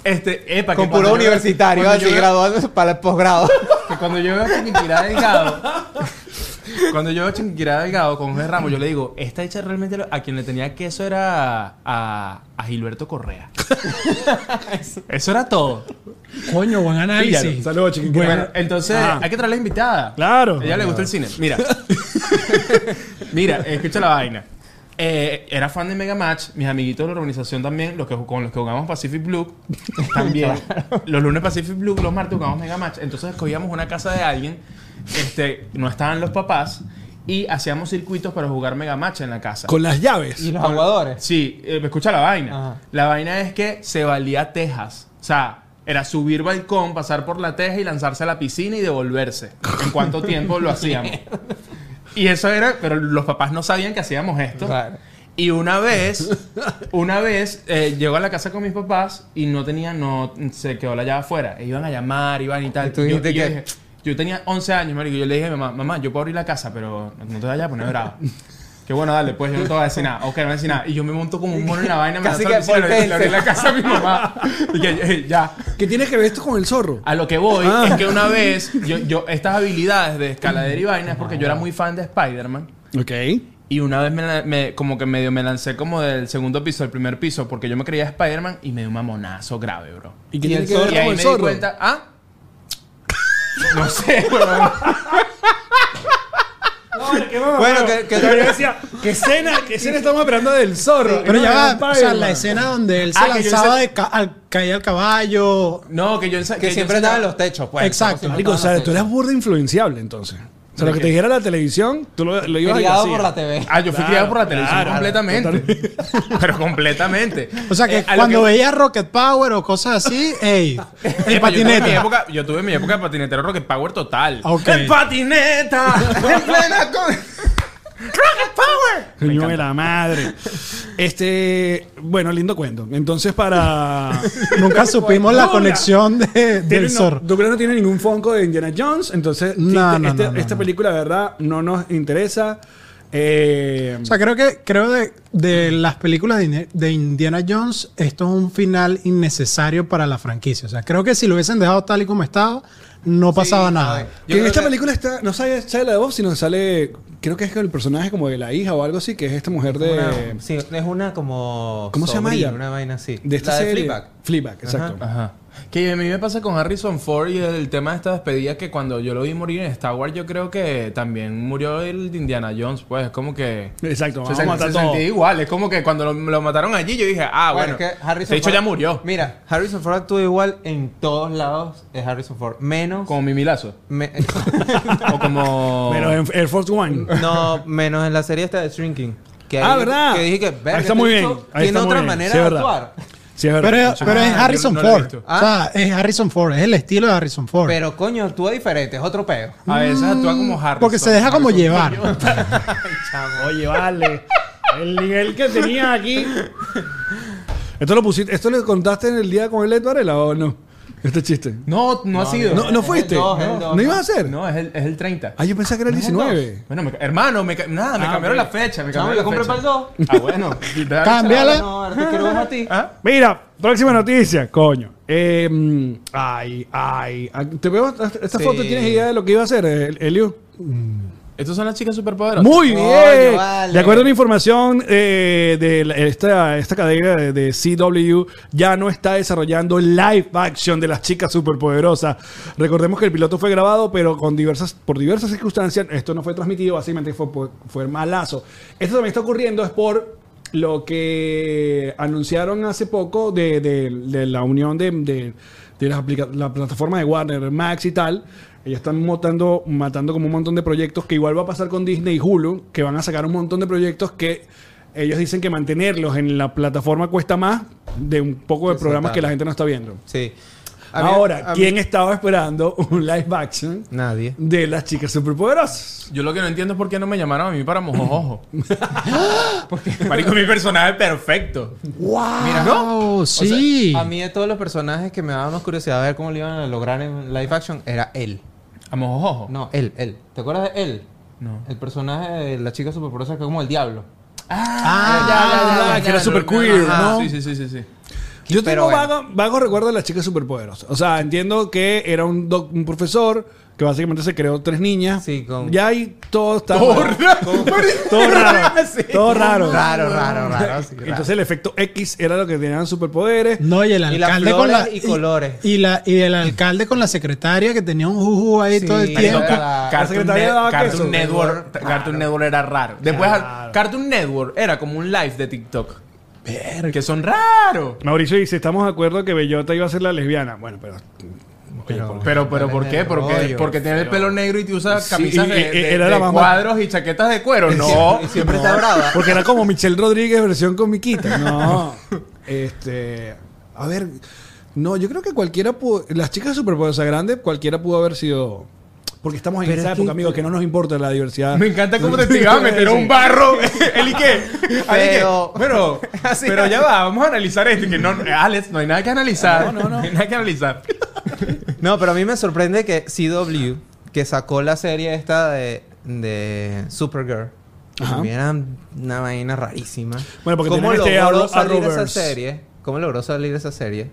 Speaker 2: Este, epa,
Speaker 3: Con
Speaker 2: que
Speaker 3: puro
Speaker 2: cuando yo-
Speaker 3: universitario,
Speaker 2: cuando
Speaker 3: así
Speaker 2: yo veo-
Speaker 3: graduándose para el posgrado.
Speaker 2: que Cuando yo veo a Chiquinquirá Delgado, <laughs> cuando yo veo a Chiquinquirá Delgado con Jorge Ramos, yo le digo, esta hecha realmente lo- a quien le tenía que eso era a, a Gilberto Correa. eso era todo.
Speaker 5: Coño, buen
Speaker 1: Píllalo.
Speaker 5: análisis.
Speaker 1: Saludos, Chiquinquirá.
Speaker 2: Bueno, entonces
Speaker 1: Ajá.
Speaker 2: hay que traer la invitada. <laughs>
Speaker 1: Claro.
Speaker 2: A ella le gusta el cine. Mira. Mira, escucha la vaina. eh, era fan de Mega Match, mis amiguitos de la organización también, los que, con los que jugábamos Pacific
Speaker 1: <laughs>
Speaker 2: Blue, también. Los lunes Pacific Blue, los martes jugábamos Mega Match. Entonces escogíamos una casa de alguien, este, no estaban los papás, y hacíamos circuitos para jugar Mega Match en la casa.
Speaker 1: Con las llaves.
Speaker 3: <laughs> Y los aguadores.
Speaker 2: Sí, eh, escucha la vaina.
Speaker 3: Ajá.
Speaker 2: La vaina es que se valía tejas. O sea, era subir balcón, pasar por la teja y lanzarse a la piscina y devolverse. ¿En cuánto tiempo
Speaker 3: <laughs>
Speaker 2: lo hacíamos? Y eso era, pero los papás no sabían que hacíamos esto.
Speaker 3: Claro.
Speaker 2: Y una vez,
Speaker 3: <laughs>
Speaker 2: una vez, eh, llego a la casa con mis papás y no tenía, no, se quedó la llave afuera. E iban a llamar, iban y tal.
Speaker 3: ¿Y tú
Speaker 2: yo,
Speaker 3: dijiste
Speaker 2: yo
Speaker 3: qué?
Speaker 2: dije, yo tenía 11 años, marico, y yo le dije a mi mamá, mamá, yo puedo abrir la casa, pero no te vayas a poner
Speaker 3: <laughs>
Speaker 2: bravo. Que bueno, dale, pues yo no te voy a decir nada. Ok, no voy a decir nada. Y yo me monto como un mono en la vaina, me
Speaker 3: Casi
Speaker 2: lanzo a la
Speaker 3: que
Speaker 2: piscina, le, le abrí
Speaker 3: volpense.
Speaker 2: la casa a mi mamá. Y que, eh, ya.
Speaker 1: ¿Qué tiene que ver esto con el zorro?
Speaker 2: A lo que voy
Speaker 1: Ah.
Speaker 2: es que una vez, yo, yo, estas habilidades de escaladera y vaina es porque yo era muy fan de Spider-Man.
Speaker 1: Ok.
Speaker 2: Y una vez me, la- me- como que medio me lancé como del segundo piso al primer piso porque yo me creía Spider-Man y me dio un mamonazo grave, bro.
Speaker 1: ¿Y qué
Speaker 3: Y
Speaker 1: tiene
Speaker 3: el
Speaker 1: que ver
Speaker 2: Y
Speaker 1: con
Speaker 2: ahí me
Speaker 1: el
Speaker 2: di
Speaker 1: zorro?
Speaker 2: cuenta, ¿ah? No sé, weón.
Speaker 3: Bueno, que, que-
Speaker 1: Pero yo decía, ¿qué escena, qué escena estamos esperando del zorro?
Speaker 6: Pero
Speaker 1: Y
Speaker 6: ya
Speaker 1: no
Speaker 6: va,
Speaker 1: era
Speaker 6: o sea,
Speaker 1: Spider-Man.
Speaker 6: la escena donde él se
Speaker 2: Ah, que yo
Speaker 6: lanzaba
Speaker 2: hice-
Speaker 6: de ca- al caer al caballo.
Speaker 2: No, que yo ensa-
Speaker 3: que
Speaker 2: yo
Speaker 3: siempre
Speaker 2: ensayaba-
Speaker 3: estaban los techos, pues.
Speaker 6: Exacto.
Speaker 1: Marico, o sea, tú eras burda influenciable entonces. O sea, lo que te dijera la televisión, tú lo, lo ibas a
Speaker 3: Criado por la TV.
Speaker 2: Ah, yo fui
Speaker 1: Claro,
Speaker 2: criado por la televisión
Speaker 1: claro,
Speaker 2: completamente. <laughs> Pero completamente.
Speaker 6: O sea, que
Speaker 2: Eh, a lo
Speaker 6: cuando
Speaker 2: que-
Speaker 6: veía Rocket Power o cosas así,
Speaker 2: <laughs>
Speaker 6: ey, el
Speaker 2: Epa, yo tuve mi
Speaker 6: patinete.
Speaker 2: época- Yo tuve mi época de patinetero Rocket Power total.
Speaker 6: Ok.
Speaker 2: ¡En patineta! ¡En plena con... ¡Rocket Power!
Speaker 1: Coño de la madre. Este, bueno, lindo cuento. Entonces, <laughs> para.
Speaker 2: <laughs>
Speaker 6: Nunca supimos la
Speaker 1: Dura.
Speaker 6: conexión de,
Speaker 1: Tiene
Speaker 6: del
Speaker 1: no-
Speaker 6: zorro.
Speaker 1: Dupré no tiene ningún fonco de Indiana Jones, entonces
Speaker 6: No,
Speaker 1: sí,
Speaker 6: no,
Speaker 1: te-
Speaker 6: no,
Speaker 1: este-
Speaker 6: no, no.
Speaker 1: esta película, de verdad, no nos interesa. Eh,
Speaker 6: O sea, creo que creo de, de las películas de, Ine- de Indiana Jones, esto es un final innecesario para la franquicia. O sea, creo que si lo hubiesen dejado tal y como estaba, no pasaba nada.
Speaker 1: que en esta película está, no sale, sale la de voz, sino sale, creo que es el personaje como de la hija o algo así, que es esta mujer de.
Speaker 3: Una- sí, es una como.
Speaker 1: ¿Cómo se llama
Speaker 3: sobrina,
Speaker 1: ella?
Speaker 3: Una vaina así.
Speaker 1: de esta
Speaker 3: La
Speaker 1: serie.
Speaker 3: Fleabag.
Speaker 1: Fleabag, exacto.
Speaker 2: Ajá. Que a mí me pasa con Harrison Ford y el tema de esta despedida que cuando yo lo vi morir en Star Wars, yo creo que también murió el de Indiana Jones, pues es como que.
Speaker 1: Exacto,
Speaker 2: Se,
Speaker 1: vamos a
Speaker 2: sen-
Speaker 1: matar
Speaker 2: se
Speaker 1: todo.
Speaker 2: sentía igual, es como que cuando lo, lo mataron allí, yo dije, ah, bueno.
Speaker 3: es que Harrison
Speaker 2: de hecho,
Speaker 3: Ford-
Speaker 2: ya murió.
Speaker 3: Mira, Harrison Ford actúa igual en todos lados. Es Harrison Ford. Menos.
Speaker 2: Como Mimilazo.
Speaker 3: me- <laughs>
Speaker 2: o
Speaker 1: <laughs>
Speaker 2: como.
Speaker 1: Pero en Air Force One.
Speaker 3: no, menos en la serie esta de Shrinking. Que
Speaker 1: Ah,
Speaker 3: ahí-
Speaker 1: ¿verdad?
Speaker 3: Que dije que. verga,
Speaker 1: está muy
Speaker 3: este
Speaker 1: bien,
Speaker 3: bicho
Speaker 1: ahí
Speaker 3: Tiene
Speaker 1: está muy
Speaker 3: otra
Speaker 1: bien,
Speaker 3: manera
Speaker 1: sí, es
Speaker 3: de
Speaker 1: verdad.
Speaker 3: actuar.
Speaker 1: Sí, es verdad.
Speaker 6: Pero, pero es
Speaker 2: yo no-
Speaker 6: Harrison
Speaker 2: no la he
Speaker 6: Ford.
Speaker 2: visto. Ah.
Speaker 6: O sea, es Harrison Ford, es el estilo de Harrison Ford.
Speaker 3: Pero coño, actúa diferente, es otro peo.
Speaker 2: A veces actúa como Harrison.
Speaker 6: porque se deja como
Speaker 2: Harrison
Speaker 6: llevar.
Speaker 2: Ford.
Speaker 1: Oye, vale. El nivel que tenía aquí. Esto lo pusiste, esto le contaste en el día con el Ed Varela o no? Este chiste.
Speaker 2: No, no, ha sido.
Speaker 1: No, no fuiste.
Speaker 3: dos, el
Speaker 1: no, ¿No
Speaker 3: dos, no.
Speaker 1: ibas a hacer.
Speaker 2: No, es el, es el 30.
Speaker 1: Ah, yo pensaba que era el
Speaker 2: No, no.
Speaker 1: 19.
Speaker 2: Bueno, me ca- hermano, me ca- nada, me
Speaker 1: Ah,
Speaker 2: cambiaron
Speaker 1: ok.
Speaker 2: la fecha. Me
Speaker 3: Chamo,
Speaker 2: cambiaron
Speaker 3: lo
Speaker 2: la
Speaker 3: compré
Speaker 2: fecha.
Speaker 3: para el 2.
Speaker 2: Ah, bueno.
Speaker 6: Cámbiala.
Speaker 3: No, ahora te quiero ver a ti.
Speaker 2: <laughs> ¿Ah?
Speaker 1: Mira, próxima noticia, coño. Eh, mm, ay, ay. ah, ¿Te veo esta esta
Speaker 3: Sí.
Speaker 1: foto? ¿Tienes idea de lo que iba a hacer, eh, El- Eliu?
Speaker 2: Estas son las chicas superpoderosas.
Speaker 1: Muy
Speaker 3: Coño,
Speaker 1: bien.
Speaker 3: vale.
Speaker 1: De acuerdo a la información eh, de la- esta, esta cadena de, de CW, ya no está desarrollando live action de las chicas superpoderosas. Recordemos que el piloto fue grabado, pero con diversas, por diversas circunstancias, esto no fue transmitido, básicamente fue, fue- fue malazo. Esto también está ocurriendo es por lo que anunciaron hace poco de, de- de la unión de, de- de las aplica- la plataforma de Warner, Max y tal. Ellos están matando, matando como un montón de proyectos que igual va a pasar con Disney y Hulu, que van a sacar un montón de proyectos que ellos dicen que mantenerlos en la plataforma cuesta más de un poco de
Speaker 3: Sí,
Speaker 1: programas
Speaker 3: total.
Speaker 1: que la gente no está viendo.
Speaker 3: Sí. A mí-
Speaker 1: Ahora,
Speaker 3: a mí-
Speaker 1: ¿quién estaba esperando un live action
Speaker 3: Nadie.
Speaker 1: de las chicas superpoderosas?
Speaker 2: Yo lo que no entiendo es por qué no me llamaron a mí para <laughs> mojojojo. Porque Marico, mi personaje perfecto.
Speaker 6: ¡Wow!
Speaker 3: Mira,
Speaker 6: sí.
Speaker 3: A mí de todos los personajes que me daban más curiosidad a ver cómo lo iban a lograr en live action, era él.
Speaker 2: ¿A mojojojo?
Speaker 3: No, él, él. ¿Te acuerdas de él?
Speaker 2: No.
Speaker 3: El personaje de la chica superpoderosa que es como el diablo.
Speaker 6: Ah,
Speaker 1: ya, ya, ya, que era
Speaker 2: lo-
Speaker 1: super queer,
Speaker 2: Ajá,
Speaker 1: ¿no?
Speaker 2: Sí, sí, sí, sí, sí.
Speaker 3: aquí.
Speaker 1: Yo tengo
Speaker 3: pero bueno.
Speaker 1: vago, vago recuerdo de las chicas superpoderosas. O sea, entiendo que era un, doc- un profesor que básicamente se creó tres niñas.
Speaker 3: Sí, con-
Speaker 1: Ya ahí todo está.
Speaker 2: Todo
Speaker 1: mal.
Speaker 2: raro.
Speaker 1: Todo-
Speaker 2: <laughs>
Speaker 1: todo raro.
Speaker 2: Sí.
Speaker 1: Todo raro.
Speaker 3: Raro, raro, raro. sí, raro.
Speaker 1: Entonces el efecto X era lo que tenían superpoderes.
Speaker 6: No, y el
Speaker 3: Y las
Speaker 6: alcalde con
Speaker 3: flores
Speaker 6: la.
Speaker 3: y colores.
Speaker 6: Y, la, y el alcalde con la secretaria que tenía un juju ahí
Speaker 3: Sí,
Speaker 6: todo el
Speaker 3: marico,
Speaker 6: tiempo.
Speaker 3: ca- La
Speaker 2: Cartoon,
Speaker 1: secretaria
Speaker 2: Ne-
Speaker 1: daba
Speaker 2: Cartoon
Speaker 1: queso.
Speaker 2: Network, Cartoon Network era raro. Después, al- Cartoon Network era como un live de TikTok. Que son raros.
Speaker 1: Mauricio dice, estamos de acuerdo que Bellota iba a ser la lesbiana. Bueno, pero...
Speaker 3: Pero,
Speaker 2: Pero, pero, ¿por qué? Porque,
Speaker 3: rollo.
Speaker 2: porque tiene el pelo negro y te usa camisas
Speaker 1: y-
Speaker 2: de,
Speaker 1: y-
Speaker 2: de-
Speaker 1: era
Speaker 2: de
Speaker 1: la mamá.
Speaker 2: cuadros y chaquetas de cuero. No.
Speaker 3: <laughs> Y siempre está brava.
Speaker 1: Porque era como Michelle Rodríguez versión comiquita. No. <laughs> este... A ver... No, yo creo que cualquiera pudo... Las chicas superpoderosas grandes, cualquiera pudo haber sido... Porque estamos en esa época, amigos, que no nos importa la diversidad.
Speaker 2: Me encanta cómo te tiraba a meter un barro. <laughs> ¿El y qué? ¿El y qué?
Speaker 3: Pero-
Speaker 2: <laughs> Pero,
Speaker 3: Así.
Speaker 2: pero ya va, vamos a analizar esto. Que no, Alex, no hay nada que analizar.
Speaker 1: No, no,
Speaker 2: <laughs>
Speaker 1: no.
Speaker 2: hay nada que analizar.
Speaker 3: No, pero a mí me sorprende que CW, que sacó la serie esta de, de Supergirl, que
Speaker 1: Ajá.
Speaker 3: también era una vaina rarísima.
Speaker 1: Bueno, porque
Speaker 3: ¿Cómo
Speaker 1: tienen este
Speaker 3: logró
Speaker 1: Arrow-
Speaker 3: salir esa
Speaker 1: Arrowverse.
Speaker 3: serie? ¿Cómo logró salir esa serie?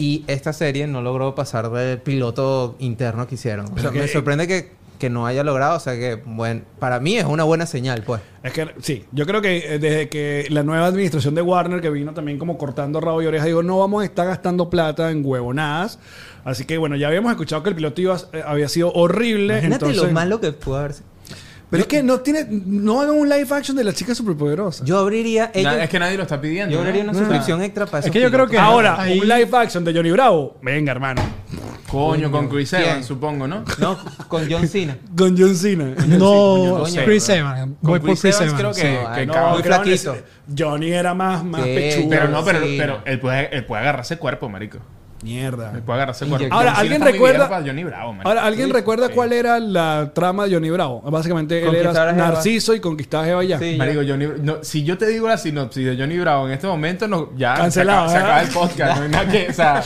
Speaker 3: Y esta serie no logró pasar del piloto interno que hicieron. O sea,
Speaker 1: Pero que-
Speaker 3: me sorprende que, que no haya logrado. O sea, que bueno, para mí es una buena señal, pues.
Speaker 1: Es que sí, yo creo que eh, desde que la nueva administración de Warner, que vino también como cortando rabo y oreja, dijo, no vamos a estar gastando plata en huevonadas. Así que bueno, ya habíamos escuchado que el piloto iba- eh, había sido horrible.
Speaker 3: Imagínate lo
Speaker 1: entonces-
Speaker 3: malo que pudo haber sido.
Speaker 1: Pero es que no tiene, no hagan un live action de la chica superpoderosa.
Speaker 3: Yo abriría. ellos-
Speaker 2: Na- es que nadie lo está pidiendo.
Speaker 3: yo
Speaker 2: ¿no?
Speaker 3: abriría una suscripción extra para
Speaker 6: Es que yo creo que-
Speaker 1: Ahora,
Speaker 6: Ahí-
Speaker 1: un live action de Johnny Bravo. Venga, hermano.
Speaker 2: Coño, con Chris
Speaker 3: ¿Quién?
Speaker 2: Evans, supongo, ¿no?
Speaker 3: No, con John Cena.
Speaker 1: Con John <laughs> Cena.
Speaker 6: No,
Speaker 2: Sí, coño,
Speaker 6: Chris
Speaker 2: bro.
Speaker 6: Evans.
Speaker 2: Con
Speaker 6: Voy por
Speaker 2: Chris
Speaker 6: Chris
Speaker 2: Evans
Speaker 6: Evans.
Speaker 2: creo
Speaker 6: sí.
Speaker 2: que, que
Speaker 3: no,
Speaker 2: cabrón.
Speaker 1: cabrón,
Speaker 3: muy flaquito.
Speaker 1: ese- Johnny era más, más
Speaker 3: Sí,
Speaker 1: pechudo.
Speaker 2: Pero no, pero,
Speaker 3: Sí.
Speaker 2: pero él, puede, él puede agarrarse cuerpo, marico. Él
Speaker 1: Mierda.
Speaker 2: puede agarrarse cuerpo.
Speaker 3: Inyectar. Ahora,
Speaker 2: John Cena
Speaker 1: ¿alguien
Speaker 2: está muy
Speaker 1: recuerda-
Speaker 2: viejo para Johnny Bravo, marico.
Speaker 1: Ahora, ¿alguien
Speaker 2: Sí,
Speaker 1: recuerda
Speaker 2: sí.
Speaker 1: cuál era la trama de Johnny Bravo? Básicamente él
Speaker 3: Conquistar a
Speaker 1: era
Speaker 3: Jeva.
Speaker 1: narciso y conquistaba a Jeva ya.
Speaker 3: Sí.
Speaker 2: <laughs> Marico, Johnny, no, si yo te digo la sinopsis de Johnny Bravo en este momento, no, ya
Speaker 1: Cancelado,
Speaker 2: se, acaba,
Speaker 1: ¿eh?
Speaker 2: se acaba el podcast. no hay nada que, o sea,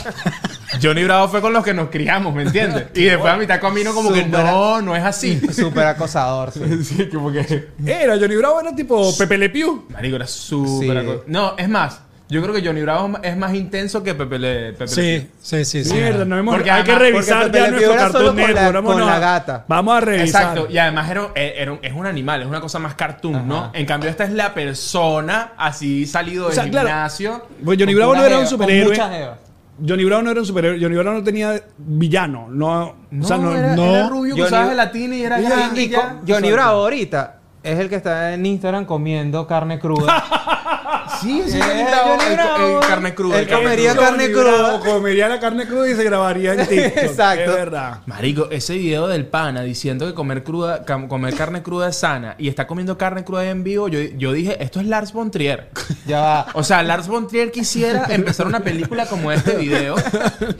Speaker 2: Johnny Bravo fue con los que nos criamos, ¿me entiendes? Y después a mitad camino como que
Speaker 3: Súper-
Speaker 2: no, no es así.
Speaker 3: Súper acosador. <laughs> sí.
Speaker 2: sí, como que...
Speaker 1: Era Johnny Bravo, era tipo Pepe Le Pew.
Speaker 2: Marico, era súper...
Speaker 3: Sí.
Speaker 2: aco- No, es más, yo creo que Johnny Bravo es ma- es más intenso que Pepe Le... Pepe Le
Speaker 6: Sí, sí, sí. sí.
Speaker 1: Mierda, no hemos,
Speaker 2: Porque
Speaker 1: hay que
Speaker 2: además-
Speaker 1: revisar
Speaker 3: porque
Speaker 1: ya
Speaker 3: Pepe Le Pew
Speaker 1: nuestro
Speaker 3: era solo
Speaker 1: cartón
Speaker 3: con la-
Speaker 1: network. vámonos
Speaker 3: con la
Speaker 1: a-
Speaker 3: gata.
Speaker 1: Vamos a revisar.
Speaker 2: Exacto, y además era, eh, era un- es un animal, es una cosa más cartoon, ¿no? En cambio, esta es la persona así salido del
Speaker 1: O sea, claro.
Speaker 2: gimnasio.
Speaker 1: Pues Johnny Bravo
Speaker 3: Con
Speaker 1: no
Speaker 3: una
Speaker 1: era un
Speaker 3: jeva, con
Speaker 1: superhéroe.
Speaker 3: muchas jevas.
Speaker 1: Johnny Bravo no era un superhéroe. Johnny Bravo no tenía villano. No, o sea, no,
Speaker 2: era,
Speaker 1: no.
Speaker 2: era rubio que
Speaker 3: Johnny-
Speaker 2: usaba gelatina y era
Speaker 3: Y-
Speaker 2: grande
Speaker 3: y
Speaker 2: y ya.
Speaker 3: co- Johnny Bravo ahorita es el que está en Instagram comiendo carne cruda.
Speaker 2: <laughs> Sí, sí,
Speaker 3: Eh,
Speaker 2: Johnny Bravo.
Speaker 3: Johnny
Speaker 2: el-
Speaker 3: Bravo.
Speaker 2: el carne cruda.
Speaker 3: Él
Speaker 2: el carne
Speaker 3: comería
Speaker 2: cruda.
Speaker 3: carne
Speaker 1: Johnny
Speaker 3: cruda.
Speaker 1: Bravo comería la carne cruda y se grabaría en
Speaker 3: <laughs>
Speaker 1: TikTok.
Speaker 3: Exacto.
Speaker 1: Es verdad.
Speaker 2: Marico, ese video del pana diciendo que comer cruda, cam- comer carne cruda es sana y está comiendo carne cruda en vivo, yo, yo dije, esto es Lars von Trier.
Speaker 3: ya
Speaker 2: <laughs>
Speaker 3: va.
Speaker 2: O sea, Lars von Trier quisiera empezar una película como este video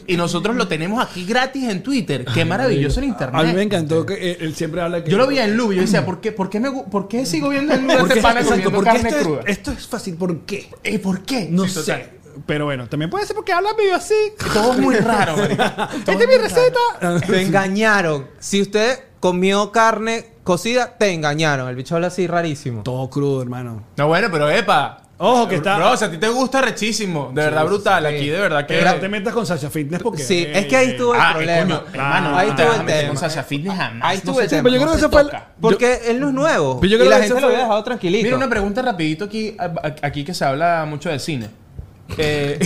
Speaker 2: y nosotros lo tenemos aquí gratis en Twitter. Qué maravilloso el internet.
Speaker 1: A mí me encantó que eh, él siempre habla que.
Speaker 2: Yo lo vi en Lubi, yo decía, ¿por qué, por qué, me, gu- por qué sigo viendo en Lubi
Speaker 1: ¿Por
Speaker 2: este
Speaker 1: qué?
Speaker 2: pana
Speaker 1: Exacto,
Speaker 2: comiendo
Speaker 1: porque
Speaker 2: carne
Speaker 1: esto es-
Speaker 2: cruda?
Speaker 1: esto es fácil. ¿Por qué?
Speaker 2: ¿Y por qué?
Speaker 1: No
Speaker 2: Sí, total.
Speaker 1: sé. Pero bueno, también puede ser porque habla medio así.
Speaker 2: Todo es muy
Speaker 1: <laughs>
Speaker 2: raro, marico. Este
Speaker 1: Esta es mi <laughs> receta.
Speaker 3: Te engañaron. Si usted comió carne cocida, te engañaron. El bicho habla así rarísimo.
Speaker 1: Todo crudo, hermano.
Speaker 2: No, bueno, pero epa.
Speaker 1: Ojo, que está-
Speaker 2: Bro, si a ti te gusta rechísimo. De verdad, brutal.
Speaker 3: sí.
Speaker 2: Aquí, de verdad que.
Speaker 1: Pero no te metas con Sasha Fitness porque.
Speaker 3: Sí, es que ahí estuvo el
Speaker 2: Ah, eh,
Speaker 3: problema.
Speaker 2: coño, hermano,
Speaker 3: ahí
Speaker 2: no te
Speaker 3: estuvo
Speaker 2: vas a
Speaker 3: el
Speaker 2: meter
Speaker 3: tema.
Speaker 2: Con Sasha Fitness jamás.
Speaker 3: Ahí
Speaker 2: No
Speaker 3: estuvo
Speaker 2: sé
Speaker 3: el
Speaker 2: si-
Speaker 3: tema.
Speaker 1: pero pues yo creo
Speaker 3: No
Speaker 1: que
Speaker 3: se
Speaker 1: esa fue la-
Speaker 3: toca. Porque él no es nuevo.
Speaker 1: Pero yo
Speaker 3: y
Speaker 1: creo
Speaker 3: la
Speaker 1: que esa
Speaker 3: gente lo
Speaker 1: fue-
Speaker 3: había dejado tranquilito.
Speaker 2: Mira, una pregunta rapidito aquí, a- a- aquí que se habla mucho de cine. Eh,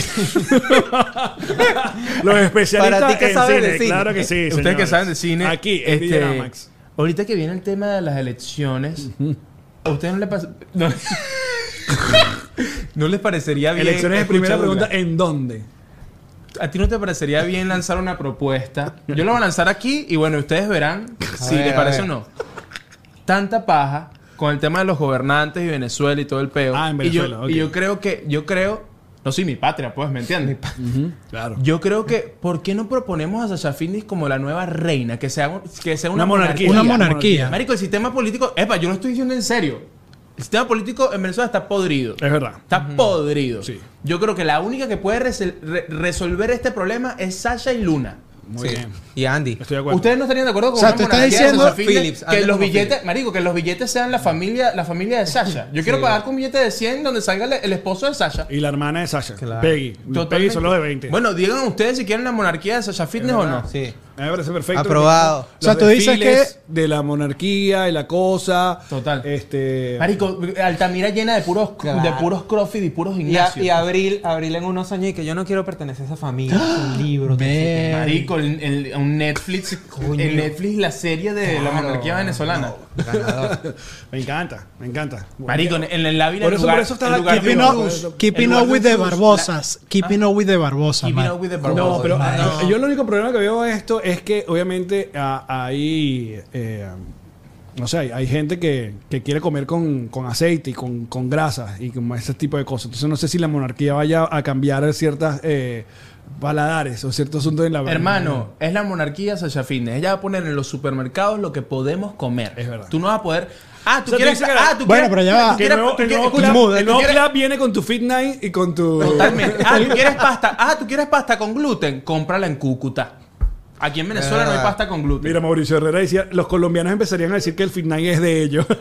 Speaker 1: Los especialistas
Speaker 3: Para ti que
Speaker 1: en
Speaker 3: sabes
Speaker 1: cine,
Speaker 3: de cine.
Speaker 1: Claro que sí.
Speaker 2: <laughs> ustedes que
Speaker 1: señores.
Speaker 2: saben de cine. este,
Speaker 1: Aquí, en Videoramax.
Speaker 2: Ahorita que viene el tema de las elecciones, ¿a ustedes no les pasa- <laughs> No, ¿No les parecería bien.
Speaker 1: Elecciones de
Speaker 2: Escucha,
Speaker 1: primera
Speaker 2: Douglas,
Speaker 1: pregunta: ¿en dónde?
Speaker 2: ¿A ti no te parecería bien lanzar una propuesta? Yo la voy a lanzar aquí y bueno, ustedes verán si
Speaker 3: ver,
Speaker 2: les
Speaker 3: a
Speaker 2: parece o
Speaker 3: ver.
Speaker 2: no. Tanta paja con el tema de los gobernantes y Venezuela y todo el peo.
Speaker 1: Ah, en
Speaker 2: Y yo-
Speaker 1: Venezuela, ok.
Speaker 2: Y yo, creo que, yo creo, no soy mi patria, pues, ¿me entiendes?
Speaker 1: Claro.
Speaker 2: Yo creo que, ¿por qué no proponemos a Sasha Fitness como la nueva reina? Que sea, un- que sea una,
Speaker 1: Una monarquía.
Speaker 6: Una
Speaker 1: monarquía.
Speaker 6: monarquía.
Speaker 2: Marico, el sistema político, epa, yo lo estoy diciendo en serio. El sistema político en Venezuela está podrido.
Speaker 1: Es verdad.
Speaker 2: Está podrido.
Speaker 1: Sí.
Speaker 2: Yo creo que la única que puede resel- re- resolver este problema es Sasha y Luna.
Speaker 1: Muy
Speaker 3: Sí.
Speaker 1: bien.
Speaker 3: Y Andy.
Speaker 1: Estoy de acuerdo.
Speaker 3: Ustedes no estarían de acuerdo con
Speaker 6: O sea,
Speaker 3: una
Speaker 6: tú estás
Speaker 3: monarquía de
Speaker 6: diciendo-
Speaker 3: César Phillips,
Speaker 2: que
Speaker 3: antes
Speaker 2: los
Speaker 3: como
Speaker 2: billetes,
Speaker 3: Phillips.
Speaker 2: marico, que los billetes sean la familia, la familia de Sasha. Yo quiero pagar con un billete de 100 donde salga el, el esposo de Sasha.
Speaker 1: Y la hermana de Sasha,
Speaker 3: Claro.
Speaker 1: Peggy. Peggy
Speaker 2: Totalmente.
Speaker 1: solo de 20.
Speaker 2: Bueno, digan ustedes si quieren la monarquía de Sasha Fitness o no.
Speaker 3: Sí.
Speaker 1: A mí me parece perfecto.
Speaker 3: Aprobado.
Speaker 1: Los
Speaker 6: O sea, tú dices
Speaker 1: desfiles De la monarquía y la cosa.
Speaker 2: Total.
Speaker 1: Este.
Speaker 2: Marico, Altamira llena de puros
Speaker 3: Claro.
Speaker 2: de puros CrossFit y puros
Speaker 3: Y, a-
Speaker 2: gimnasios.
Speaker 3: y abril, abril en unos años y que yo no quiero pertenecer a esa familia, un libro, todo ese
Speaker 6: Ver.
Speaker 3: tema.
Speaker 2: Marico, el, el- un Netflix, el Netflix la serie de la
Speaker 3: Claro.
Speaker 2: monarquía venezolana.
Speaker 3: Ganador.
Speaker 1: Me encanta, me encanta.
Speaker 2: Marico, en en el Ávila
Speaker 1: Por
Speaker 2: el
Speaker 1: eso-
Speaker 2: lugar,
Speaker 1: por eso está
Speaker 2: el
Speaker 1: la-
Speaker 2: lugar de
Speaker 6: Keeping
Speaker 1: Dios,
Speaker 2: los-
Speaker 1: pues,
Speaker 6: up, keeping
Speaker 2: el
Speaker 6: up
Speaker 2: lugar
Speaker 6: with
Speaker 2: de
Speaker 6: the
Speaker 2: los-
Speaker 6: Barbosas. Keeping up with the Barbosas,
Speaker 2: ¿Ah? Keeping
Speaker 6: man.
Speaker 2: up with the
Speaker 1: No,
Speaker 2: Barbosa.
Speaker 1: pero
Speaker 2: Marico.
Speaker 1: ah, yo el único problema que veo de esto es que obviamente ah, hay, eh, no sé, hay, hay gente que, que quiere comer con, con aceite y con, con grasa y con ese tipo de cosas. Entonces no sé si la monarquía vaya a cambiar ciertas eh, paladares o ciertos asuntos en la
Speaker 2: Hermano, es la monarquía Sasha Fitness. Ella va a poner en los supermercados lo que podemos comer.
Speaker 1: Es verdad.
Speaker 2: Tú no vas a poder. Ah, tú
Speaker 1: O sea, tú
Speaker 2: quieres.
Speaker 1: dices que la-
Speaker 2: ah, tú
Speaker 6: Bueno,
Speaker 2: quieres-
Speaker 6: pero ya va.
Speaker 2: tú
Speaker 1: Que
Speaker 2: quieres-
Speaker 1: el nuevo,
Speaker 2: tú
Speaker 1: el
Speaker 2: quieres-
Speaker 1: nuevo
Speaker 2: escúchame,
Speaker 1: club, el
Speaker 2: tú
Speaker 1: nuevo
Speaker 2: quieres-
Speaker 1: club viene con tu fit night y con tu... <laughs>
Speaker 2: Totalmente. Ah, tú quieres pasta. Ah, tú quieres pasta con gluten. Cómprala en Cúcuta. Aquí en Venezuela no hay
Speaker 3: Verdad.
Speaker 2: pasta con gluten.
Speaker 1: Ah, Mira, Mauricio Herrera decía, los colombianos empezarían a decir que el fit night es de ellos. <laughs>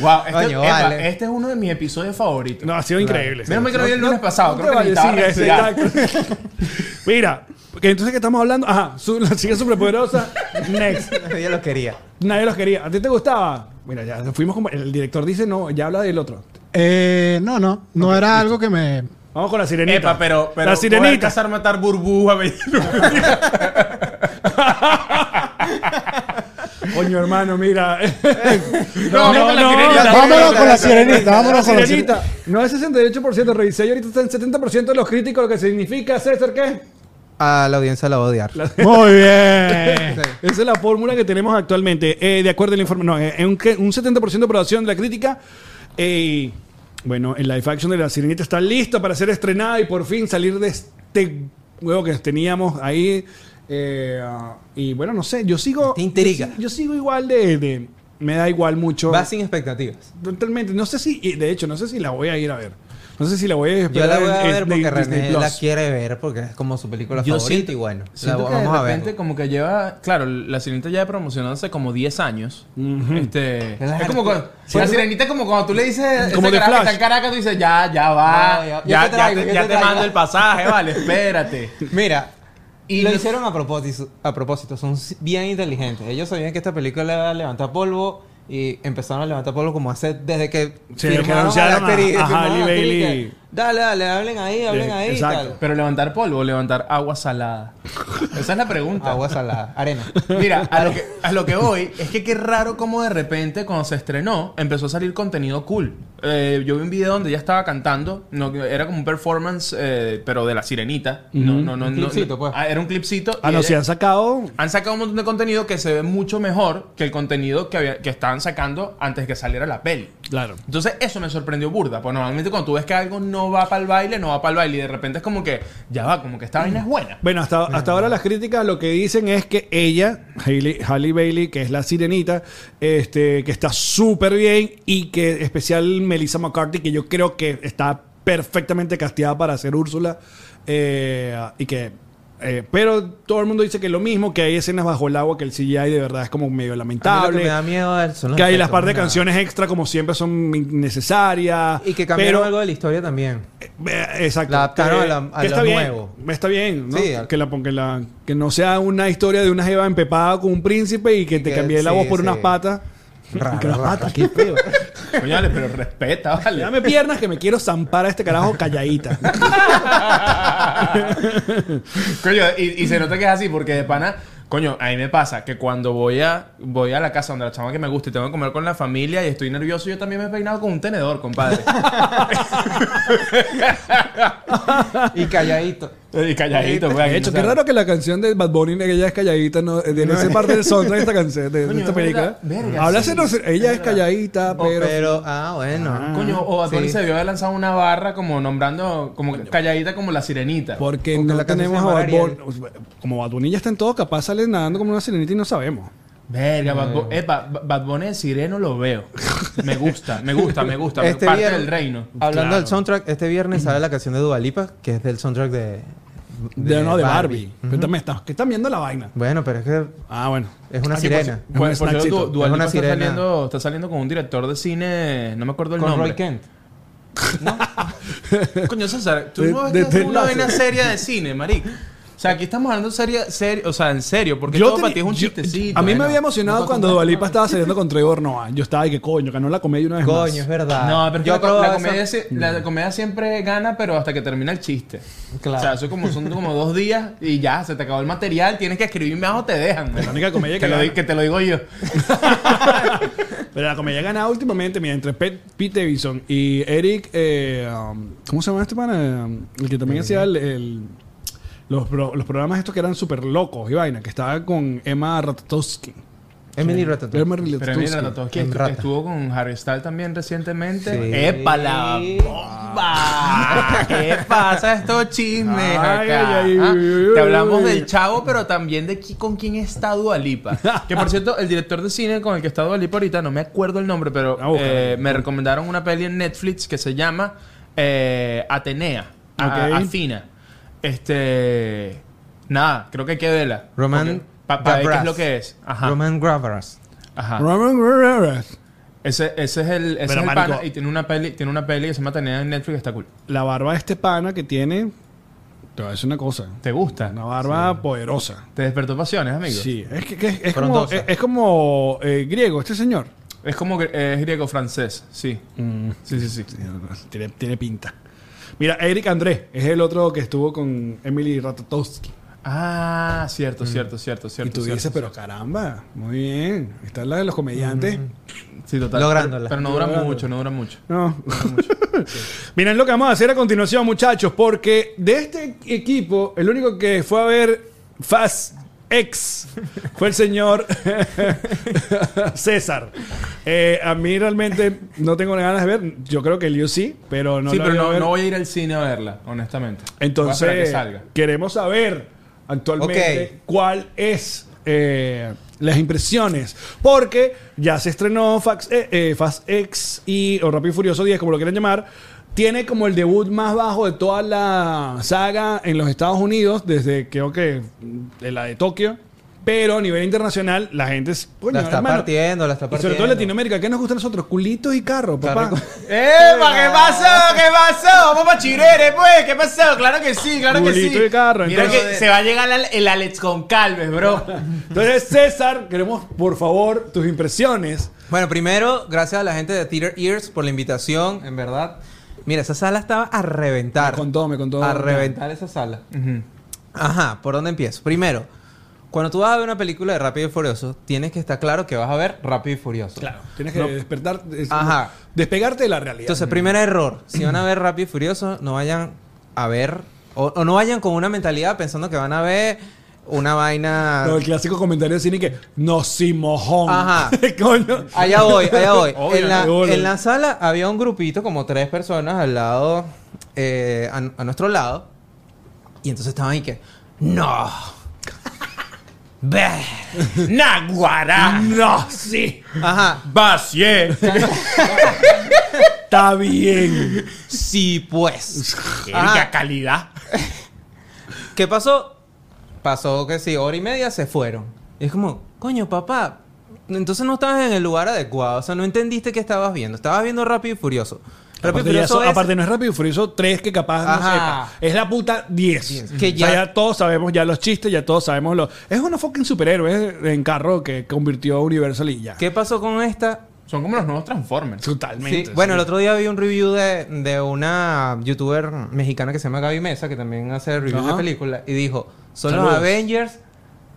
Speaker 2: Wow, este,
Speaker 3: Coño,
Speaker 2: epa,
Speaker 3: vale.
Speaker 2: este es uno de mis episodios favoritos.
Speaker 1: no, ha sido increíble.
Speaker 2: Menos mal que no vi el lunes pasado,
Speaker 1: No
Speaker 2: creo
Speaker 1: te
Speaker 2: que ni
Speaker 1: vayas,
Speaker 2: estaba
Speaker 1: sí,
Speaker 2: respirando.
Speaker 1: exacto. <laughs> Mira, que entonces que estamos hablando, ajá, su- la chica superpoderosa,
Speaker 2: <laughs>
Speaker 1: next.
Speaker 3: Yo lo quería.
Speaker 1: Nadie los quería. ¿A ti te gustaba? Mira, ya fuimos como el director dice, no, ya habla del otro.
Speaker 6: Eh, no, no. No era algo que
Speaker 2: <laughs>
Speaker 6: me.
Speaker 1: Vamos con la sirenita.
Speaker 2: Epa, pero, pero
Speaker 1: la
Speaker 2: poder
Speaker 1: sirenita.
Speaker 2: cazar, matar <laughs> burbuja,
Speaker 1: Coño,
Speaker 2: <laughs>
Speaker 1: hermano, mira.
Speaker 2: No, no, con la sirenita.
Speaker 6: Vámonos
Speaker 3: no,
Speaker 6: con la
Speaker 3: no,
Speaker 6: sirenita. Vámonos con la sirenita.
Speaker 1: Sirenita, no es 68%, revisé y ahorita está en 70% de los críticos, lo que significa, César, ¿qué?
Speaker 3: A la audiencia la va a odiar.
Speaker 6: Muy bien.
Speaker 1: <laughs> Esa es la fórmula que tenemos actualmente. Eh, de acuerdo a la información, no, eh, un, que- un 70% de aprobación de la crítica. Eh, bueno, el live action de la sirenita está lista para ser estrenada y por fin salir de este huevo que teníamos ahí. Eh, ah, y bueno, no sé, yo sigo.
Speaker 3: Te intriga.
Speaker 1: Yo, sig- yo sigo igual de. de- me da igual mucho.
Speaker 3: Va sin expectativas.
Speaker 1: Totalmente. No sé si. y De hecho, no sé si la voy a ir a ver. No sé si la voy a
Speaker 3: Yo
Speaker 1: esperar
Speaker 3: la voy
Speaker 1: en-
Speaker 3: a
Speaker 1: en
Speaker 3: ver porque
Speaker 1: Disney
Speaker 3: René
Speaker 1: Plus.
Speaker 3: la quiere ver porque es como su película
Speaker 2: Yo
Speaker 3: favorita
Speaker 2: siento-
Speaker 3: y bueno. la
Speaker 2: Siento que de
Speaker 3: vamos a
Speaker 2: repente
Speaker 3: ver.
Speaker 2: como que lleva... Claro, la sirenita ya promocionándose como 10 años. este,
Speaker 3: Claro.
Speaker 2: es como cuando- La sirenita es como cuando tú le dices...
Speaker 1: Como
Speaker 2: Como
Speaker 1: de
Speaker 2: de
Speaker 1: Flash.
Speaker 2: Está en Caracas, tú dices, ya, ya va.
Speaker 3: No,
Speaker 2: ya,
Speaker 3: ya- yo
Speaker 2: ya
Speaker 3: te traigo,
Speaker 2: te,
Speaker 3: yo
Speaker 2: ya
Speaker 3: te
Speaker 2: te
Speaker 3: traigo.
Speaker 2: mando el pasaje, vale,
Speaker 3: <laughs>
Speaker 2: espérate.
Speaker 3: Mira,
Speaker 2: Y
Speaker 3: y lo
Speaker 2: no-
Speaker 3: hicieron a propósito, a propósito, son bien inteligentes. Ellos sabían que esta película era levantar polvo y empezaron a levantar polvo como hace desde que
Speaker 1: Sí, que anunciaron a-
Speaker 3: actriz,
Speaker 1: a
Speaker 3: firmaron
Speaker 1: Halle
Speaker 3: la actriz,
Speaker 1: Bailey.
Speaker 3: que, Dale, dale, hablen ahí, hablen
Speaker 1: Sí,
Speaker 3: ahí y
Speaker 1: exacto.
Speaker 3: tal.
Speaker 2: Pero levantar polvo o levantar agua salada. Esa es la pregunta.
Speaker 3: Agua salada, arena.
Speaker 2: Mira, a lo, que, a lo que voy es que qué raro como de repente cuando se estrenó empezó a salir contenido cool. Eh, yo vi un video donde ella estaba cantando, no, era como un performance, eh, pero de la sirenita. no, no, no,
Speaker 3: Un
Speaker 2: no,
Speaker 3: clipcito,
Speaker 2: no.
Speaker 3: pues.
Speaker 2: Ah, Era un clipcito.
Speaker 1: Ah,
Speaker 2: y
Speaker 1: no,
Speaker 2: ella-
Speaker 1: si han sacado.
Speaker 2: han sacado un montón de contenido que se ve mucho mejor que el contenido que, había- que estaban sacando antes que saliera la peli.
Speaker 1: Claro.
Speaker 2: Entonces eso me sorprendió burda, pues normalmente cuando tú ves que algo no va para el baile, no va para el baile y de repente es como que ya va, como que esta vaina es
Speaker 3: <laughs>
Speaker 2: buena.
Speaker 1: Bueno, hasta, hasta ahora las críticas lo que dicen es que ella, Hailey- Halle Bailey, que es la sirenita, este, que está súper bien y que especial Melissa McCarthy, que yo creo que está perfectamente casteada para ser Úrsula eh, y que... eh, pero todo el mundo dice que lo mismo, que hay escenas bajo el agua que el CGI de verdad es como medio
Speaker 3: A mí lo que
Speaker 1: lamentable.
Speaker 3: me da miedo es- son los
Speaker 1: Que hay las
Speaker 3: efectos,
Speaker 1: par de
Speaker 3: nada.
Speaker 1: canciones extra como siempre son innecesarias.
Speaker 3: Y que cambiaron
Speaker 1: pero-
Speaker 3: algo de la historia también.
Speaker 1: eh, Exacto.
Speaker 3: La adaptaron
Speaker 1: Que-
Speaker 3: a la- a
Speaker 1: que
Speaker 3: lo
Speaker 1: está bien,
Speaker 3: nuevo.
Speaker 1: Está bien, ¿no?
Speaker 3: Sí.
Speaker 1: que, la, que, la- que no sea una historia de una jeva empepada con un príncipe y que te
Speaker 3: que-
Speaker 1: cambié la
Speaker 3: sí,
Speaker 1: voz por
Speaker 3: sí.
Speaker 1: unas patas.
Speaker 3: Raro,
Speaker 1: que las
Speaker 3: raro,
Speaker 1: patas,
Speaker 3: qué feo.
Speaker 2: Coño, vale, pero respeta, vale.
Speaker 1: Dame piernas que me quiero zampar a este carajo
Speaker 3: <laughs>
Speaker 1: calladita.
Speaker 2: Coño, y, y se nota que es así porque de pana, coño, a mí me pasa que cuando voy a voy a la casa donde la chama que me gusta y tengo que comer con la familia y estoy nervioso, yo también me he peinado con un tenedor,
Speaker 3: <laughs>
Speaker 2: compadre.
Speaker 3: y calladito.
Speaker 2: y calladito, pues, güey.
Speaker 1: de hecho, qué raro que la canción de Bad Bunny, que ella es calladita, no, de esa parte del soundtrack de esta canción, de, de
Speaker 2: Coño,
Speaker 1: esta
Speaker 2: es
Speaker 1: película.
Speaker 2: verdad. Verga,
Speaker 1: Habla
Speaker 2: sí.
Speaker 1: seno- ella es calladita,
Speaker 3: Oh, Pero,
Speaker 1: pero...
Speaker 3: ah, bueno.
Speaker 2: Coño, o Bad Bunny
Speaker 3: Sí.
Speaker 2: se debió haber lanzado una barra como nombrando, como calladita como la sirenita.
Speaker 1: Porque
Speaker 3: Porque
Speaker 1: no
Speaker 3: la canción
Speaker 1: tenemos
Speaker 3: se
Speaker 1: a
Speaker 3: llama
Speaker 1: Bad Bunny. Como Bad Bunny ya está en todo, capaz sale nadando como una sirenita y no sabemos.
Speaker 2: Verga, Bad, Bu- Epa, B- Bad Bunny el sireno lo veo. Me gusta, me gusta, me gusta.
Speaker 3: Este
Speaker 2: me parte del reino.
Speaker 3: Hablando del soundtrack, este viernes sale la canción de Dualipa, que es del soundtrack de.
Speaker 1: De, no, de Barbie.
Speaker 3: Ujú.
Speaker 1: Pero también está- que están viendo la vaina.
Speaker 3: Bueno, pero es que
Speaker 1: Ah, bueno.
Speaker 3: es una
Speaker 2: Ah, que por
Speaker 3: sirena.
Speaker 2: ci- Por,
Speaker 1: Es un
Speaker 2: por cierto,
Speaker 1: snackcito.
Speaker 2: Du- Dua
Speaker 3: Es una
Speaker 2: Lipa está,
Speaker 3: sirena.
Speaker 2: saliendo, está saliendo con un director de cine, no me acuerdo el
Speaker 3: Con
Speaker 2: nombre.
Speaker 3: Roy Kent.
Speaker 2: Coño, César, tú
Speaker 1: De-
Speaker 2: no ves
Speaker 1: de-
Speaker 2: que hacer
Speaker 1: de
Speaker 2: una
Speaker 1: enlace.
Speaker 2: vaina seria
Speaker 1: <laughs>
Speaker 2: de cine, marico. O sea, aquí estamos hablando seria, serio, o sea, en serio, porque
Speaker 1: Yo
Speaker 2: todo
Speaker 1: teni-
Speaker 2: para ti es un
Speaker 1: yo-
Speaker 2: chistecito.
Speaker 1: a mí me
Speaker 2: bueno.
Speaker 1: había emocionado
Speaker 2: No
Speaker 1: cuando
Speaker 2: pasa nada.
Speaker 1: Dualipa estaba saliendo con Trevor Noah. Yo estaba de que coño, ganó la comedia una vez más.
Speaker 3: Coño, es verdad.
Speaker 2: No, pero es que la,
Speaker 3: probaba
Speaker 2: la
Speaker 3: esa-
Speaker 2: comedia, se- la
Speaker 1: Mm.
Speaker 2: comedia siempre gana, pero hasta que termina el chiste.
Speaker 3: Claro.
Speaker 2: O sea, eso como, son como dos días y ya, se te acabó el material, tienes que escribirme abajo, te dejan.
Speaker 1: La única comedia que
Speaker 2: que, lo
Speaker 1: gana.
Speaker 2: di- que te lo digo yo.
Speaker 1: Pero la comedia ganada últimamente, mira, entre Pete, Pete Davidson y Eric. eh, um, ¿Cómo se llama este pana? Eh, El que también hacía el. el- los, pro- los programas estos que eran súper locos y vaina, que estaba con Emma Ratatowski.
Speaker 3: Emily Ratatouille.
Speaker 1: Emma
Speaker 2: Pero mira,
Speaker 1: Ratatowski.
Speaker 2: Ratatouille
Speaker 3: En
Speaker 2: estu-
Speaker 3: rata.
Speaker 2: estuvo con Harry Styles también recientemente.
Speaker 3: Sí.
Speaker 2: ¡Epa la
Speaker 1: <laughs>
Speaker 2: bomba! ¿Qué pasa estos chismes
Speaker 1: Ay,
Speaker 2: acá?
Speaker 1: ay, ay,
Speaker 2: ¿Ah?
Speaker 1: ay,
Speaker 2: Te
Speaker 1: ay,
Speaker 2: hablamos
Speaker 1: ay.
Speaker 2: del chavo, pero también de qui- con quién está
Speaker 1: <laughs>
Speaker 2: Dualipa. Que por cierto, el director de cine con el que está Dualipa ahorita, no me acuerdo el nombre, pero
Speaker 1: Ah, búscalo.
Speaker 2: eh, me recomendaron una peli en Netflix que se llama eh, Atenea. a-
Speaker 1: Ok.
Speaker 2: Athena. Este. Nada, creo que hay que verla.
Speaker 3: Roman
Speaker 2: Para ver qué es
Speaker 3: Gabras.
Speaker 2: lo que es. Ajá.
Speaker 3: Roman Gravers.
Speaker 2: Ajá.
Speaker 1: Roman Guerrero.
Speaker 2: Ese, ese es el, ese
Speaker 1: Pero,
Speaker 2: es el
Speaker 1: marico-
Speaker 2: pana y tiene una peli, tiene una peli que se llama Tenía en Netflix, está cool.
Speaker 1: La barba de este pana que tiene. Te voy a decir una cosa.
Speaker 2: ¿Te gusta?
Speaker 1: Una barba poderosa.
Speaker 2: ¿Te despertó pasiones, amigo?
Speaker 1: Sí, es que, que es, es como, eh,
Speaker 3: Frondosa.
Speaker 1: es, es como eh, griego este señor.
Speaker 2: Es como que eh, es griego francés, sí. Sí, sí, Mm. sí.
Speaker 1: Tiene, tiene pinta. Mira, Eric André es el otro que estuvo con Emily Ratatowski.
Speaker 2: Ah, cierto, cierto, cierto, cierto.
Speaker 1: y tú
Speaker 2: cierto,
Speaker 1: dices, pero
Speaker 2: cierto.
Speaker 1: caramba, muy bien. Está la de los comediantes.
Speaker 2: Sí, total. Pero,
Speaker 3: Lográndola.
Speaker 2: pero no dura
Speaker 1: Lográndola.
Speaker 2: mucho, no dura mucho.
Speaker 1: No. Miren lo que vamos a hacer a continuación, muchachos, porque de este equipo, el único que fue a ver Fast X fue el señor <laughs> César. Eh, a mí realmente no tengo ganas de ver, yo creo que el yo sí, pero no
Speaker 2: sí,
Speaker 1: la
Speaker 2: pero
Speaker 1: voy a
Speaker 2: no,
Speaker 1: ver.
Speaker 2: no voy a ir al cine a verla, honestamente. Voy a esperar
Speaker 1: Entonces,
Speaker 2: que salga.
Speaker 1: queremos saber actualmente
Speaker 3: Ok.
Speaker 1: cuál es eh, las impresiones. Porque ya se estrenó Fax, eh, eh, Fast X y, o Rápido y Furioso 10, como lo quieran llamar. Tiene como el debut más bajo de toda la saga en los Estados Unidos, desde creo que de la de Tokio. Pero a nivel internacional, la gente es. coño,
Speaker 3: La está
Speaker 1: hermano.
Speaker 3: partiendo, la está
Speaker 1: Y
Speaker 3: partiendo.
Speaker 1: sobre todo en Latinoamérica, ¿qué nos gusta a nosotros? Culitos y carros, papá.
Speaker 3: rico.
Speaker 2: ¡Epa! ¿Qué pasó? ¿Qué pasó? Vamos para Chirere, pues. ¿Qué pasó? Claro que sí, claro que sí.
Speaker 1: Culito de carro,
Speaker 2: Mira
Speaker 1: entonces-
Speaker 2: que se va a llegar al- el Alex con Calves, bro.
Speaker 1: Entonces, César, queremos, por favor, tus impresiones
Speaker 3: Bueno, primero, gracias a la gente de Theater Ears por la invitación, en verdad. Mira, esa sala estaba a reventar.
Speaker 1: Me contó, me contó.
Speaker 3: A reventar esa sala. Ajá, ¿por dónde empiezo? Primero, cuando tú vas a ver una película de Rápido y Furioso, tienes que estar claro que vas a ver Rápido y Furioso.
Speaker 1: Claro, tienes que despertar, es-
Speaker 3: Ajá.
Speaker 1: despegarte de la realidad.
Speaker 3: Entonces, primer error. Si van a ver Rápido y Furioso, no vayan a ver... O, o no vayan con una mentalidad pensando que van a ver una vaina...
Speaker 1: Pero el clásico comentario de cine que no si mojón.
Speaker 3: Ajá.
Speaker 1: <laughs> Coño.
Speaker 3: Allá voy, allá voy.
Speaker 1: <laughs> Obvio,
Speaker 3: en, la,
Speaker 1: de bola.
Speaker 3: en la sala había un grupito, como tres personas al lado, eh, a, a nuestro lado. Y entonces estaban ahí que, no. Ve.
Speaker 2: Naguará.
Speaker 1: No, sí.
Speaker 3: Ajá.
Speaker 2: Vacié.
Speaker 1: Está bien.
Speaker 3: Sí, pues.
Speaker 2: Verga calidad.
Speaker 3: ¿Qué pasó? Pasó que sí, hora y media se fueron. Y es como, coño, papá, entonces no estabas en el lugar adecuado. O sea, no entendiste qué estabas viendo. Estabas viendo Rápido y Furioso. Rápido y
Speaker 1: Aparte, ya
Speaker 3: Furioso
Speaker 1: eso-
Speaker 3: es-
Speaker 1: aparte no es rápido y furioso 3 que capaz no
Speaker 3: Ajá.
Speaker 1: sepa. Es la puta 10.
Speaker 3: Que
Speaker 1: O sea,
Speaker 3: ya-
Speaker 1: ya todos sabemos ya los chistes, ya todos sabemos los. Es una fucking superhéroe en carro que convirtió a Universal y ya.
Speaker 3: ¿Qué pasó con esta?
Speaker 2: Son como los nuevos Transformers.
Speaker 1: Totalmente.
Speaker 3: Sí, Bueno,
Speaker 1: sí.
Speaker 3: el otro día vi un review de, de una youtuber mexicana que se llama Gaby Mesa, que también hace reviews
Speaker 1: Ajá.
Speaker 3: de películas, y dijo, son
Speaker 1: Saludos.
Speaker 3: los Avengers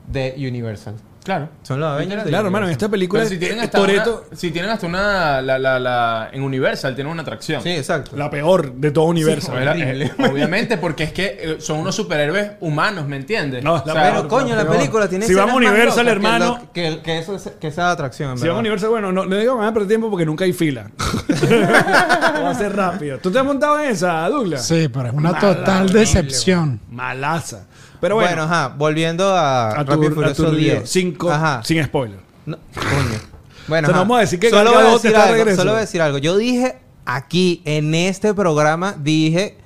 Speaker 3: de Universal.
Speaker 2: Claro.
Speaker 3: Son los Avengers de
Speaker 1: Claro, hermano, en esta
Speaker 3: Universal.
Speaker 1: película
Speaker 2: Pero si tienen hasta
Speaker 1: Toreto,
Speaker 2: una, eh, si tienen hasta una la, la, la en Universal tienen una atracción.
Speaker 3: Sí, exacto.
Speaker 1: la peor de todo universo.
Speaker 2: Pues la-
Speaker 3: horrible.
Speaker 2: eh, obviamente porque es que eh, son unos superhéroes humanos, ¿me entiendes?
Speaker 1: No, la peor,
Speaker 3: Pero coño,
Speaker 1: la
Speaker 3: la,
Speaker 1: peor.
Speaker 3: película tiene
Speaker 1: Si
Speaker 3: escenas
Speaker 1: vamos a
Speaker 3: más
Speaker 1: Universal,
Speaker 3: locas que
Speaker 1: hermano-
Speaker 3: lo- Que, que eso es- que esa atracción, en
Speaker 1: Si van a
Speaker 3: verdad.
Speaker 1: Universal, bueno, no, le digo que van a perder tiempo porque nunca hay fila. Va a ser rápido. ¿Tú te has montado en esa, Douglas?
Speaker 6: Sí, pero es una total decepción.
Speaker 1: Malaza. Pero
Speaker 3: bueno,
Speaker 1: bueno,
Speaker 3: ajá, volviendo a,
Speaker 1: a tu,
Speaker 3: Rápido y
Speaker 1: a tu
Speaker 3: Furioso
Speaker 1: review.
Speaker 3: 10.
Speaker 1: Cinco,
Speaker 3: Ajá.
Speaker 1: sin spoiler.
Speaker 3: No, coño. Bueno,
Speaker 1: O sea,
Speaker 3: ajá.
Speaker 1: no vamos a decir que
Speaker 3: solo
Speaker 1: Gal
Speaker 3: voy a
Speaker 1: Gadot
Speaker 3: decir
Speaker 1: está de
Speaker 3: algo,
Speaker 1: regreso.
Speaker 3: solo voy a decir algo. Yo dije aquí en este programa dije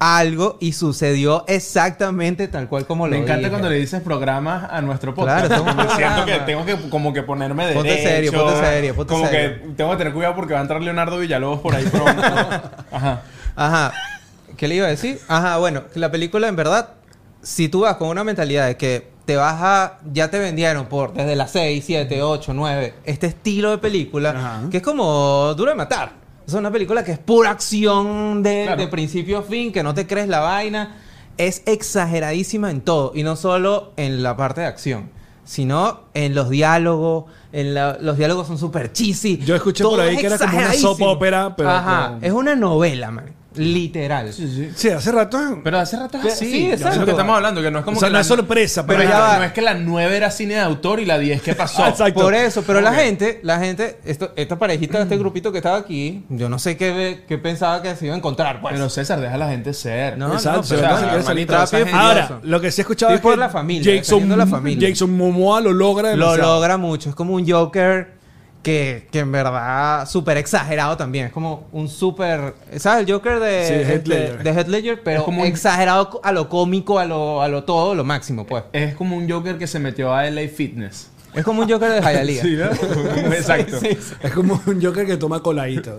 Speaker 3: algo y sucedió exactamente tal cual como
Speaker 2: Me
Speaker 3: lo
Speaker 2: encanta
Speaker 3: dije.
Speaker 2: cuando le dices programas a nuestro podcast. <laughs>
Speaker 3: Claro, somos
Speaker 2: Porque
Speaker 3: un
Speaker 2: siento que
Speaker 3: programa.
Speaker 2: tengo que como que ponerme de
Speaker 3: Ponte serio, ponte serio, ponte
Speaker 2: como que
Speaker 3: serio.
Speaker 2: tengo que tener cuidado porque va a entrar Leonardo Villalobos por ahí pronto. Ajá.
Speaker 3: Ajá. ¿Qué le iba a decir? Ajá, bueno, que la película en verdad, si tú vas con una mentalidad de que te vas a... Ya te vendieron por desde las 6, 7, 8, 9, este estilo de película,
Speaker 1: Ajá.
Speaker 3: que es como duro de matar. Es una película que es pura acción de,
Speaker 2: Claro.
Speaker 3: de principio a fin, que no te crees la vaina. Es exageradísima en todo, y no solo en la parte de acción, sino en los diálogos. En la- los diálogos son súper cheesy.
Speaker 1: Yo escuché por ahí
Speaker 3: es
Speaker 1: que era como una
Speaker 3: exageradísimo.
Speaker 1: soap opera, pero
Speaker 3: Ajá,
Speaker 1: con-
Speaker 3: es una novela, man. Literal.
Speaker 1: Sí, hace rato.
Speaker 2: Pero hace rato es
Speaker 3: Sí,
Speaker 2: así.
Speaker 3: sí,
Speaker 2: Eso es lo
Speaker 3: exacto.
Speaker 2: que estamos hablando, que no es como
Speaker 1: O sea,
Speaker 2: que
Speaker 1: no
Speaker 2: la-
Speaker 1: es sorpresa,
Speaker 2: Pero
Speaker 1: pero
Speaker 2: ya
Speaker 3: ya va.
Speaker 2: No es que la 9 era cine de autor y la 10 ¿qué pasó?
Speaker 1: Exacto.
Speaker 3: Por eso, pero la
Speaker 2: Ok. Mm.
Speaker 3: gente, la gente, esto, esta parejita, este grupito que estaba aquí, yo no sé qué, qué pensaba que se iba a encontrar, pues.
Speaker 2: Pero César, deja a la gente ser.
Speaker 3: No,
Speaker 1: Exacto,
Speaker 3: no, pero
Speaker 1: o sea,
Speaker 3: no,
Speaker 1: si
Speaker 3: no,
Speaker 1: quieres
Speaker 2: salir
Speaker 3: hermanito,
Speaker 2: tras
Speaker 3: esa
Speaker 2: esa
Speaker 3: gente-
Speaker 1: Ahora, lo que sí he escuchado
Speaker 3: Estoy
Speaker 1: es
Speaker 3: por
Speaker 1: que
Speaker 3: la familia,
Speaker 1: Jason,
Speaker 3: defendiendo la familia.
Speaker 1: Jason Momoa lo logra
Speaker 3: lo
Speaker 1: demasiado.
Speaker 3: logra mucho. Es como un Joker que, que en verdad súper exagerado también. Es como un súper... ¿Sabes? El Joker de,
Speaker 1: Sí, de Heath
Speaker 3: de-
Speaker 1: Ledger.
Speaker 3: de Heath Ledger, pero
Speaker 2: Es como un-
Speaker 3: exagerado co- a lo cómico, a lo, a lo todo, lo máximo, pues.
Speaker 2: Es como un Joker que se metió a LA
Speaker 3: <laughs>
Speaker 2: Fitness.
Speaker 3: Es como un Joker de
Speaker 2: <laughs>
Speaker 3: Hialeah.
Speaker 2: Sí, ¿no? Exacto.
Speaker 3: Sí, sí.
Speaker 1: Es como un Joker que toma coladito.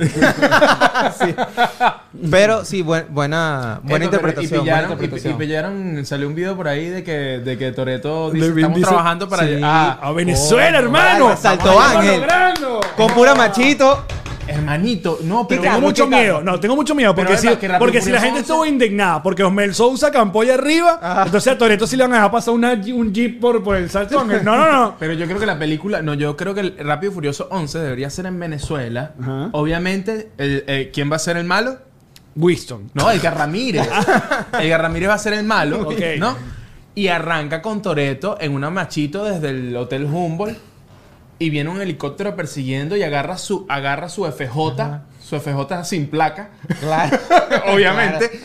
Speaker 3: Pero sí, buen- buena,
Speaker 2: Esto,
Speaker 3: buena
Speaker 2: pero-
Speaker 3: interpretación.
Speaker 2: Y pillaron,
Speaker 3: buena interpretación.
Speaker 2: y- y pillaron- salió un video por ahí de que, de que Toreto
Speaker 1: De
Speaker 2: dice:
Speaker 1: Vin
Speaker 2: Estamos
Speaker 1: Diesel".
Speaker 2: trabajando para.
Speaker 1: Sí.
Speaker 2: Ah,
Speaker 1: a Venezuela, hermano.
Speaker 3: vale, Salto
Speaker 1: Estamos
Speaker 3: Ángel.
Speaker 1: logrando.
Speaker 3: Con pura machito.
Speaker 2: hermanito. No, pero.
Speaker 1: Tengo mucho miedo, no, tengo mucho miedo porque
Speaker 2: Pero
Speaker 1: si,
Speaker 2: además que Rápido
Speaker 1: porque si
Speaker 2: Furioso
Speaker 1: la gente
Speaker 2: 11.
Speaker 1: estuvo indignada porque Osmel Sousa campó allá arriba,
Speaker 2: Ah.
Speaker 1: entonces a Toreto sí le van a dejar pasar una, un jeep por, por el salto. Ángel. No, no, no.
Speaker 2: Pero yo creo que la película, no, yo creo que el Rápido y Furioso 11 debería ser en Venezuela.
Speaker 1: Ajá.
Speaker 2: Obviamente, el- eh, ¿quién va a ser el malo?
Speaker 1: Winston.
Speaker 2: No, Edgar Ramírez. Edgar Ramírez va a ser el malo,
Speaker 1: Ok.
Speaker 2: ¿no? Y arranca con Toreto en una machito desde el Hotel Humboldt. Y viene un helicóptero persiguiendo y agarra su, agarra su FJ, su FJ sin placa,
Speaker 3: Claro.
Speaker 2: <laughs> obviamente.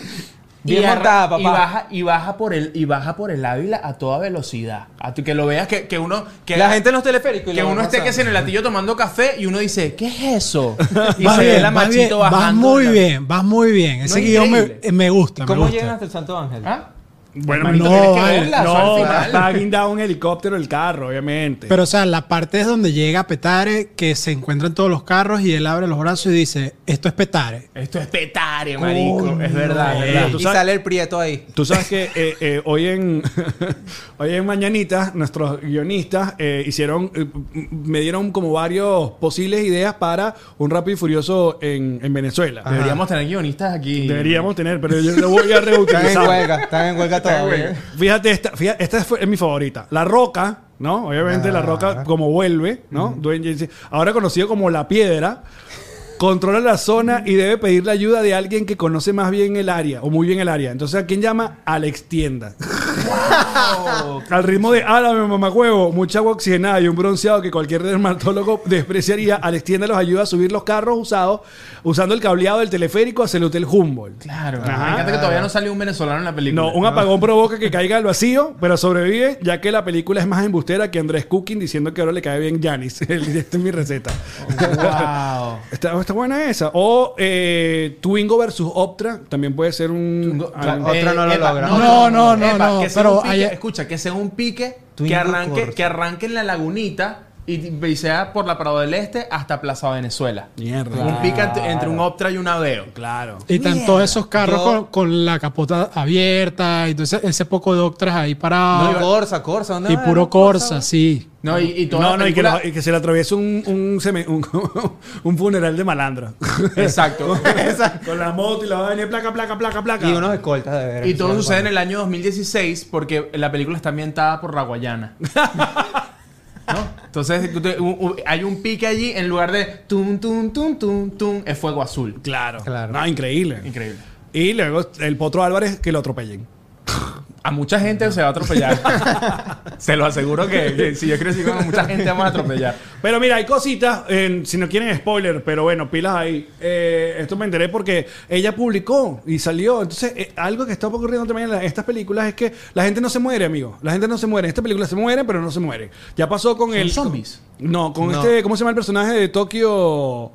Speaker 3: Bien
Speaker 2: arra-
Speaker 3: montada, papá.
Speaker 2: y baja, y baja por el, y baja por el Ávila a toda velocidad. A tu- que lo veas que, que uno. Que
Speaker 3: la gente en los teleféricos. y
Speaker 2: que
Speaker 3: la
Speaker 2: uno
Speaker 3: van
Speaker 2: esté que
Speaker 3: pasando.
Speaker 2: si en el latillo tomando café y uno dice, ¿qué es eso? Y
Speaker 6: Vas
Speaker 2: se ve
Speaker 6: bien,
Speaker 2: la
Speaker 6: vas bien,
Speaker 2: machito
Speaker 6: vas
Speaker 2: bajando.
Speaker 6: muy
Speaker 2: de la-
Speaker 6: bien, vas muy bien. Ese
Speaker 2: es
Speaker 6: guión me,
Speaker 2: increíble.
Speaker 6: me gusta, me
Speaker 3: ¿Cómo
Speaker 6: gusta.
Speaker 3: llegan hasta el Santo Ángel?
Speaker 2: ¿Ah?
Speaker 1: Bueno,
Speaker 6: Hermanito,
Speaker 1: no,
Speaker 6: tienes que
Speaker 1: vale.
Speaker 2: verla,
Speaker 1: no,
Speaker 2: al final.
Speaker 1: está guindado un helicóptero el carro, obviamente.
Speaker 6: Pero, o sea, la parte es donde llega Petare, que se encuentran todos los carros y él abre los brazos y dice, esto es Petare.
Speaker 2: Esto es petare, marico. es verdad,
Speaker 1: no.
Speaker 2: es verdad.
Speaker 1: ¿Tú
Speaker 3: Y
Speaker 1: sabes?
Speaker 3: sale el prieto ahí.
Speaker 1: Tú sabes que eh, eh, hoy en <laughs> hoy en Mañanitas nuestros guionistas eh, hicieron eh, m- me dieron como varios posibles ideas para un rápido y furioso en, en Venezuela.
Speaker 2: Deberíamos tener guionistas aquí.
Speaker 1: Deberíamos tener, pero yo lo voy a
Speaker 3: Están en
Speaker 1: reutilizar.
Speaker 3: huelga, están en huelga todavía.
Speaker 1: Fíjate esta, fíjate, esta fue- es mi favorita. La Roca, ¿no? Obviamente La Roca como vuelve, ¿no? Dwayne Johnson, ahora conocido como La Piedra, controla la zona y debe pedir la ayuda de alguien que conoce más bien el área o muy bien el área. Entonces, ¿a quién llama? Alex Tienda.
Speaker 2: Oh,
Speaker 1: Al ritmo de Álame, mamacuevo, mucha agua oxigenada y un bronceado que cualquier dermatólogo <laughs> despreciaría, Alex Tienda los ayuda a subir los carros usados usando el cableado del teleférico hacia el Hotel Humboldt.
Speaker 2: Claro.
Speaker 1: Ajá.
Speaker 2: Me encanta que todavía no salió un venezolano en la película.
Speaker 1: No, un apagón provoca que caiga al vacío, pero sobrevive, ya que la película es más embustera que Andrés Cooking diciendo que ahora le cae bien Janis. <laughs> Esta es mi receta.
Speaker 2: Wow.
Speaker 1: Está, está buena esa. O eh, Twingo versus Optra. También puede ser un.
Speaker 2: Ah,
Speaker 1: algo-
Speaker 2: eh,
Speaker 3: Otra no lo logra.
Speaker 6: No, no, no, no,
Speaker 2: que sea
Speaker 6: pero
Speaker 2: un pique,
Speaker 6: ayer-
Speaker 2: Escucha, que sea un pique que
Speaker 3: Twingo
Speaker 2: arranque,
Speaker 3: Corso.
Speaker 2: que arranque en la lagunita y, y sea por la Prado del Este hasta Plaza Venezuela.
Speaker 1: Ah, Mierda.
Speaker 2: Un pique entre, entre un Optra y un Aveo.
Speaker 1: Claro.
Speaker 6: Y están todos esos carros
Speaker 3: Yo-
Speaker 6: con, con la capota abierta, y entonces ese poco de doctores ahí
Speaker 3: No,
Speaker 6: parado.
Speaker 3: Corsa, Corsa, ¿dónde
Speaker 6: y
Speaker 3: va?
Speaker 6: puro
Speaker 3: ¿Dónde va
Speaker 6: Corsa, sí.
Speaker 2: No, y, y toda
Speaker 1: No,
Speaker 2: la
Speaker 1: no, y que,
Speaker 2: película-
Speaker 1: lo- y que se le atraviese un, un, seme- un, <laughs> un funeral de malandro.
Speaker 2: <laughs> Exacto.
Speaker 1: <laughs> Con la moto y la vaina, y placa, placa, placa, placa.
Speaker 3: Y unos escoltas de ver.
Speaker 2: Y todo sucede en el año 2016 porque la película está ambientada por la
Speaker 1: <laughs>
Speaker 2: Guayana. ¿No? Entonces tú te- u- u- hay un pique allí en lugar de tum, tum, tum, tum, tum, es fuego azul.
Speaker 1: Claro.
Speaker 3: Claro.
Speaker 1: No, increíble.
Speaker 2: Increíble.
Speaker 1: Y luego el Potro Álvarez que lo atropellen.
Speaker 2: A mucha gente se va a atropellar.
Speaker 1: <laughs>
Speaker 2: se lo aseguro que, que si yo crecí con mucha gente vamos a atropellar.
Speaker 1: Pero mira, hay cositas, en- si no quieren spoiler, pero bueno, pilas ahí. Eh, esto me enteré porque ella publicó y salió. Entonces, eh, algo que está ocurriendo también en la- estas películas es que la gente no se muere, amigo. La gente no se muere. En Estas películas se mueren, pero no se mueren. Ya pasó con el...
Speaker 2: zombies?
Speaker 1: No, con
Speaker 3: No.
Speaker 1: este... ¿Cómo se llama el personaje de Tokio?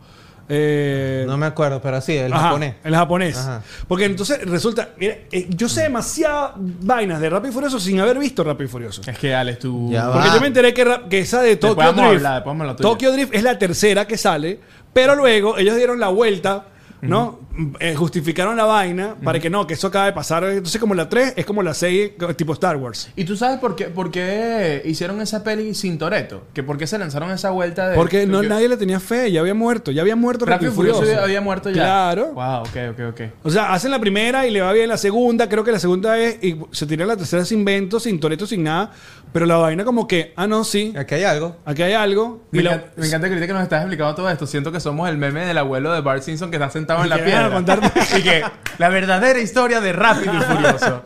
Speaker 1: Eh,
Speaker 3: No me acuerdo, pero sí, el
Speaker 1: Ajá,
Speaker 3: japonés.
Speaker 1: El japonés.
Speaker 3: Ajá.
Speaker 1: Porque entonces resulta, mira, eh, yo sé demasiadas vainas de Rápido y Furioso sin haber visto Rápido y Furioso.
Speaker 2: Es que Alex, tú...
Speaker 3: Ya va.
Speaker 1: Porque yo me enteré que, ra- que esa de
Speaker 2: Ah. Después
Speaker 1: Tokyo
Speaker 2: vamos a
Speaker 1: Drift,
Speaker 2: hablar, después vamos a la tuya.
Speaker 1: Tokyo Drift es la tercera que sale, pero luego ellos dieron la vuelta, ¿no? Eh, justificaron la vaina para que no, que eso acaba de pasar. Entonces como la 3 es como la 6 tipo Star Wars.
Speaker 2: ¿Y tú sabes por qué, por qué hicieron esa peli sin Toreto? ¿Que ¿Por qué se lanzaron esa vuelta de...
Speaker 1: Porque no, nadie le tenía fe, ya había muerto, ya había muerto
Speaker 2: Rápido y Furioso había- había muerto ya.
Speaker 1: Claro.
Speaker 2: Wow, ok, ok, ok.
Speaker 1: O sea, hacen la primera y le va bien la segunda. Creo que la segunda es. Y se tira la tercera sin vento, sin toreto, sin nada. Pero la vaina, como que. Ah, no, sí.
Speaker 3: Aquí hay algo.
Speaker 1: Aquí hay algo.
Speaker 2: Me,
Speaker 1: Y la-
Speaker 2: encanta, me encanta que ahorita que nos estás explicando todo esto. Siento que somos el meme del abuelo de Bart Simpson que está sentado en la
Speaker 1: que, ah,
Speaker 2: piedra. <laughs>
Speaker 1: contarte.
Speaker 2: y que la verdadera historia de Rápido y Furioso.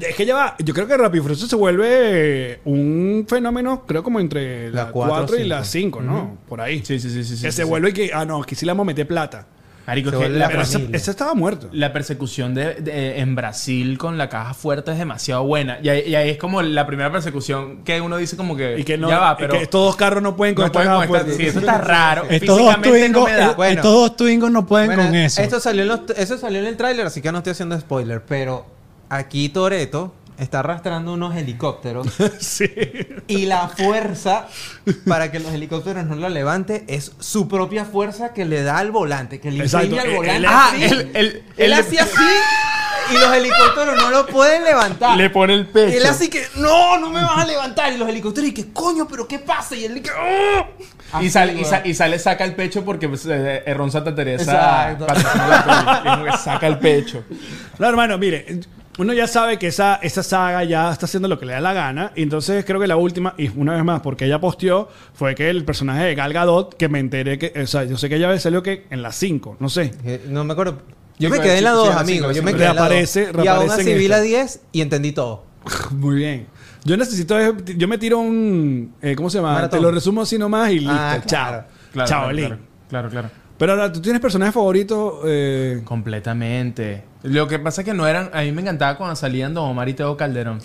Speaker 1: Es que ya va. Yo creo que Rápido y Furioso se vuelve un fenómeno, creo, como entre
Speaker 3: La
Speaker 1: la
Speaker 3: cuatro,
Speaker 1: 4 y
Speaker 3: cinco.
Speaker 1: la 5, ¿no? Por ahí.
Speaker 2: Sí, sí, sí, sí. sí,
Speaker 1: que
Speaker 2: sí,
Speaker 1: se
Speaker 2: sí.
Speaker 1: vuelve que. Ah, no, que sí le vamos a meter plata.
Speaker 2: Marico,
Speaker 3: Se
Speaker 2: que
Speaker 3: vuelve
Speaker 2: la,
Speaker 3: la
Speaker 1: Pero ese,
Speaker 3: familia.
Speaker 1: ese estaba muerto.
Speaker 2: la persecución de, de- en Brasil con la caja fuerte es demasiado buena. Y ahí, y ahí es como la primera persecución que uno dice como que...
Speaker 1: y que no.
Speaker 2: ya va,
Speaker 1: y
Speaker 2: pero...
Speaker 1: que estos dos carros no pueden pues, con
Speaker 2: no pueden
Speaker 1: esta caja
Speaker 2: con esta- <laughs>
Speaker 1: fuerte.
Speaker 2: sí, eso está raro.
Speaker 6: Estos dos,
Speaker 2: Físicamente no
Speaker 6: twingos,
Speaker 2: me da.
Speaker 6: eh,
Speaker 2: <laughs>
Speaker 3: Bueno.
Speaker 6: estos dos twingos no pueden
Speaker 3: Bueno,
Speaker 6: con eso.
Speaker 3: Esto salió en los- eso salió en el tráiler, así que no estoy haciendo spoiler, pero aquí Toreto está arrastrando unos helicópteros
Speaker 1: Sí.
Speaker 3: y la fuerza para que los helicópteros no lo levante es su propia fuerza que le da al volante, que le
Speaker 1: Exacto.
Speaker 3: imprime al
Speaker 1: Él-
Speaker 3: volante.
Speaker 1: él-
Speaker 2: ah,
Speaker 3: así.
Speaker 2: él- él-
Speaker 3: Él
Speaker 2: él-
Speaker 3: hace así y los helicópteros no lo pueden levantar.
Speaker 2: Le pone el pecho.
Speaker 3: él así que, no, no me vas a levantar. Y los helicópteros, y que coño, pero ¿qué pasa? Y él que, "Ah".
Speaker 2: Y
Speaker 3: Así,
Speaker 2: sale, y,
Speaker 3: weón.
Speaker 2: sa- y sale, saca el pecho porque pues, eh, eh, Ron Santa Teresa
Speaker 3: Exacto.
Speaker 2: patrocinó la peli. Y es como que saca el pecho.
Speaker 1: No, hermano, mire, uno ya sabe que esa, esa saga ya está haciendo lo que le da la gana. Y entonces creo que la última, y una vez más, porque ella posteó, fue que el personaje de Gal Gadot, que me enteré que, o sea, yo sé que ella salió que en las 5, no sé.
Speaker 3: Eh, No me acuerdo. Yo
Speaker 2: Sí,
Speaker 3: me
Speaker 2: con el
Speaker 3: quedé en la
Speaker 2: chico,
Speaker 3: 2,
Speaker 2: sí, la
Speaker 3: amigo.
Speaker 2: cinco,
Speaker 3: Yo
Speaker 2: sí,
Speaker 3: me
Speaker 2: sí.
Speaker 3: quedé en la
Speaker 1: Reaparece-
Speaker 3: 2. Y aún
Speaker 1: reaparece
Speaker 3: así
Speaker 1: en
Speaker 3: vi la
Speaker 1: esta.
Speaker 3: 10 y entendí todo.
Speaker 1: Muy bien. Yo necesito, es- yo me tiro un, eh, ¿cómo se llama?
Speaker 3: Maratón.
Speaker 1: Te lo resumo así nomás y listo.
Speaker 3: Ah,
Speaker 1: Chao.
Speaker 3: claro.
Speaker 2: Claro,
Speaker 1: Chao,
Speaker 2: claro,
Speaker 1: Lin.
Speaker 2: claro, claro, claro.
Speaker 1: Pero ahora, ¿tú tienes personaje favorito? Eh,
Speaker 2: Completamente. Lo que pasa es que no eran. A mí me encantaba cuando salían Don Omar y Teo Calderón.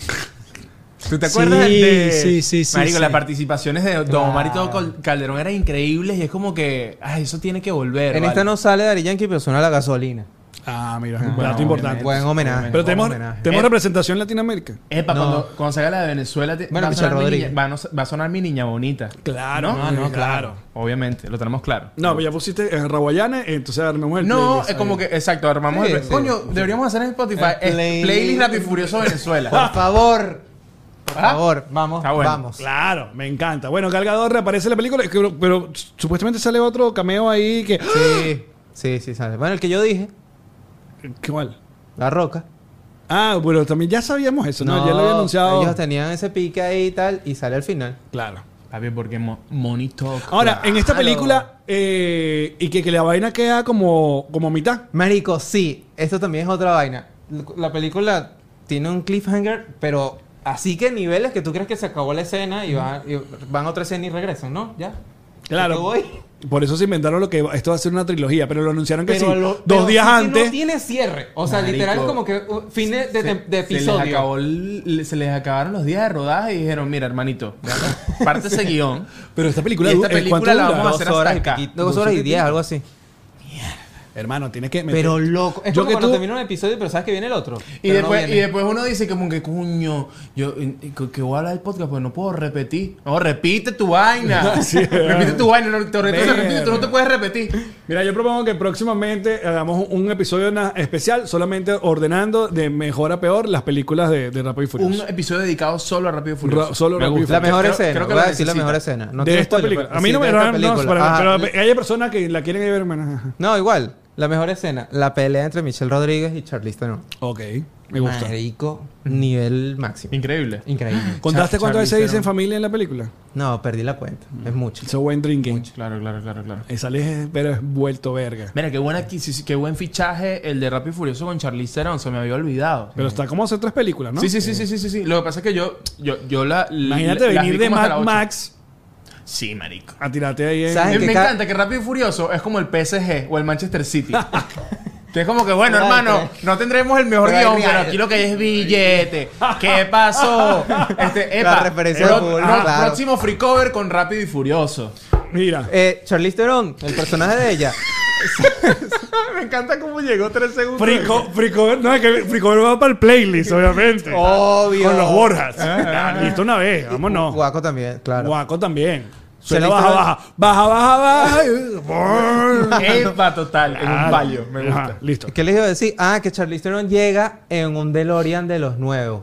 Speaker 2: ¿Tú te
Speaker 6: Sí,
Speaker 2: acuerdas de.?
Speaker 6: sí, sí, sí,
Speaker 2: Marico,
Speaker 6: sí.
Speaker 2: las participaciones de Don Omar y Teo
Speaker 3: Claro.
Speaker 2: Cal- Calderón eran increíbles y es como que. Ay, eso tiene que volver.
Speaker 3: en esta
Speaker 2: vale.
Speaker 3: no sale Dari Yankee, pero suena la gasolina.
Speaker 1: ah, mira,
Speaker 2: bueno,
Speaker 1: un dato importante.
Speaker 3: Buen homenaje.
Speaker 1: Pero
Speaker 3: buen
Speaker 1: tenemos,
Speaker 3: homenaje.
Speaker 1: tenemos
Speaker 2: Eh.
Speaker 1: representación en Latinoamérica.
Speaker 2: Epa,
Speaker 3: No.
Speaker 2: cuando, cuando salga la de Venezuela. te-
Speaker 3: Bueno,
Speaker 2: va, a
Speaker 3: Michelle
Speaker 2: sonar mi
Speaker 3: Rodríguez.
Speaker 2: niña- va, a no- va a sonar mi niña bonita.
Speaker 1: Claro. eh,
Speaker 2: No, no,
Speaker 1: claro.
Speaker 2: Obviamente, lo tenemos claro.
Speaker 1: No, pero ya pusiste eh, Rawayana, entonces armemos el
Speaker 2: <laughs> No,
Speaker 1: playlist.
Speaker 2: es como que, exacto, armamos
Speaker 3: Sí,
Speaker 2: el.
Speaker 3: sí.
Speaker 2: Coño, deberíamos hacer en Spotify
Speaker 3: El
Speaker 2: es
Speaker 3: playlist.
Speaker 2: playlist Rápido y Furioso <laughs> Venezuela.
Speaker 1: Ah.
Speaker 3: Por favor. Por
Speaker 2: Ah.
Speaker 3: favor, vamos,
Speaker 2: Está bueno.
Speaker 3: vamos.
Speaker 1: Claro, me encanta. Bueno, Cargador reaparece en la película, que- pero, supuestamente sale otro cameo ahí que...
Speaker 3: Sí, sí, sí, sale. Bueno, el que yo dije,
Speaker 1: ¿Qué mal?
Speaker 3: La Roca.
Speaker 1: Ah, bueno, también ya sabíamos eso, ¿no? ya lo había anunciado.
Speaker 3: Ellos tenían ese pique ahí y tal, y sale al final.
Speaker 1: Claro.
Speaker 2: Papi, porque mo- Money Talk.
Speaker 1: Ahora, en esta
Speaker 3: Claro.
Speaker 1: película, eh, y que, que la vaina queda como, como a mitad.
Speaker 3: Marico, sí, esto también es otra vaina. La película tiene un cliffhanger, pero así que niveles que tú crees que se acabó la escena y van, y van a otra escena y regresan, ¿no? ¿Ya?
Speaker 1: Claro.
Speaker 3: Estuvo ahí.
Speaker 1: Por eso se inventaron lo que esto va a ser una trilogía, pero lo anunciaron que sí.
Speaker 3: lo-
Speaker 1: dos
Speaker 3: pero
Speaker 1: días
Speaker 3: sí que
Speaker 1: antes.
Speaker 3: No tiene cierre. O sea,
Speaker 2: Marico,
Speaker 3: literal, como que uh, fines de, tem- de
Speaker 2: Se les,
Speaker 3: episodio.
Speaker 2: acabó el- le- se les acabaron los días de rodaje y dijeron, mira, hermanito, parte <laughs> ese guión.
Speaker 1: Pero esta película,
Speaker 2: Y esta
Speaker 1: eh, ¿cuánto
Speaker 2: película la
Speaker 1: dura?
Speaker 2: vamos a hacer
Speaker 3: Dos horas y
Speaker 2: hasta acá.
Speaker 3: piquito, Dos horas y diez, algo así.
Speaker 1: Hermano, tienes que... meter-
Speaker 3: Pero loco. Es
Speaker 1: Yo
Speaker 3: como
Speaker 1: que
Speaker 3: cuando
Speaker 1: tú-
Speaker 3: termina un episodio, pero sabes que viene el otro.
Speaker 2: Y
Speaker 3: Pero no
Speaker 2: después,
Speaker 3: viene.
Speaker 2: y después uno dice como que, coño, yo eh, que- que voy a hablar del podcast porque no puedo repetir. No, repite tu <laughs> vaina. repite tu vaina. No, te repito,
Speaker 1: Verga.
Speaker 2: repite, tú no te puedes repetir.
Speaker 1: Mira, yo propongo que próximamente hagamos un episodio na- especial solamente ordenando de mejor a peor las películas de, de Rápido y
Speaker 2: Un
Speaker 1: Furioso.
Speaker 2: episodio dedicado solo a Rápido y
Speaker 1: Ra-
Speaker 2: Furioso.
Speaker 1: solo
Speaker 2: Me
Speaker 1: Rápido y
Speaker 2: gusta.
Speaker 3: La mejor
Speaker 2: Creo-
Speaker 3: escena.
Speaker 2: creo que
Speaker 3: voy
Speaker 2: la
Speaker 3: a decir la
Speaker 2: necesita.
Speaker 3: mejor escena. No
Speaker 1: de
Speaker 3: quiero
Speaker 1: esta
Speaker 3: spoiler,
Speaker 1: película.
Speaker 3: pero
Speaker 1: A mí
Speaker 3: sí,
Speaker 1: no me...
Speaker 3: de esta
Speaker 1: no, no,
Speaker 3: película.
Speaker 1: para-
Speaker 3: Ah,
Speaker 1: pero hay personas que la quieren ver. hermano.
Speaker 3: No, igual. La mejor escena, la pelea entre Michelle Rodríguez y Charlize Theron.
Speaker 1: Ok, me gusta.
Speaker 3: Marico, nivel máximo.
Speaker 2: Increíble.
Speaker 3: Increíble.
Speaker 1: ¿Contaste
Speaker 2: Char-
Speaker 1: cuántas
Speaker 2: Charlize
Speaker 1: veces
Speaker 2: Theron.
Speaker 1: dicen familia en la película?
Speaker 3: No, perdí la cuenta. Es mucho.
Speaker 1: So buen drinking.
Speaker 2: Claro, claro, claro, claro.
Speaker 1: Esa ley, pero es vuelto verga.
Speaker 2: Mira, qué, buena, adquisici- qué buen fichaje el de Rápido y Furioso con Charlize Theron. Se me había olvidado.
Speaker 1: Pero está como hacer tres películas, ¿no?
Speaker 2: Sí, sí, sí, sí, sí, sí, sí. Lo que pasa es que yo, yo, yo la...
Speaker 1: Imagínate
Speaker 2: la- las
Speaker 1: venir
Speaker 2: vi
Speaker 1: de
Speaker 2: como hasta la
Speaker 1: Mad
Speaker 2: ocho.
Speaker 1: Max
Speaker 2: Sí, marico.
Speaker 1: a tirarte ahí en...
Speaker 3: ¿Sabes?
Speaker 2: Eh,
Speaker 3: que
Speaker 2: Me
Speaker 3: ca-
Speaker 2: encanta que Rápido y Furioso es como el PSG o el Manchester
Speaker 3: <laughs>
Speaker 2: City. que es como que, bueno,
Speaker 3: Claro,
Speaker 2: hermano,
Speaker 3: pero-
Speaker 2: no tendremos el mejor
Speaker 3: pero hay
Speaker 2: guión, pero
Speaker 3: real.
Speaker 2: aquí lo que hay es billete. ¿Qué pasó? Este,
Speaker 3: La
Speaker 2: epa,
Speaker 3: referencia
Speaker 2: pro-
Speaker 3: de fútbol,
Speaker 2: pro-
Speaker 3: claro.
Speaker 2: Próximo free cover con Rápido y
Speaker 3: <laughs>
Speaker 2: Furioso.
Speaker 1: Mira.
Speaker 3: Eh, Charlize Theron, el personaje
Speaker 1: <laughs>
Speaker 3: de ella.
Speaker 2: me encanta cómo llegó tres segundos.
Speaker 1: Frico, Frico, no, es que Frico va para el playlist, obviamente.
Speaker 3: <laughs> Obvio.
Speaker 1: Con los Borjas. Ah, Listo una vez, vámonos.
Speaker 3: Guaco también, claro.
Speaker 1: Guaco también. Suena
Speaker 3: Solista
Speaker 1: baja,
Speaker 3: de-
Speaker 1: baja. Baja, baja, baja. y-
Speaker 2: <laughs>
Speaker 1: Borja.
Speaker 2: Epa, total, en un
Speaker 1: Claro.
Speaker 2: palio. Me gusta.
Speaker 1: Ajá, listo.
Speaker 3: ¿Qué les iba a decir? Ah, que Charlize Theron llega en un DeLorean de los nuevos.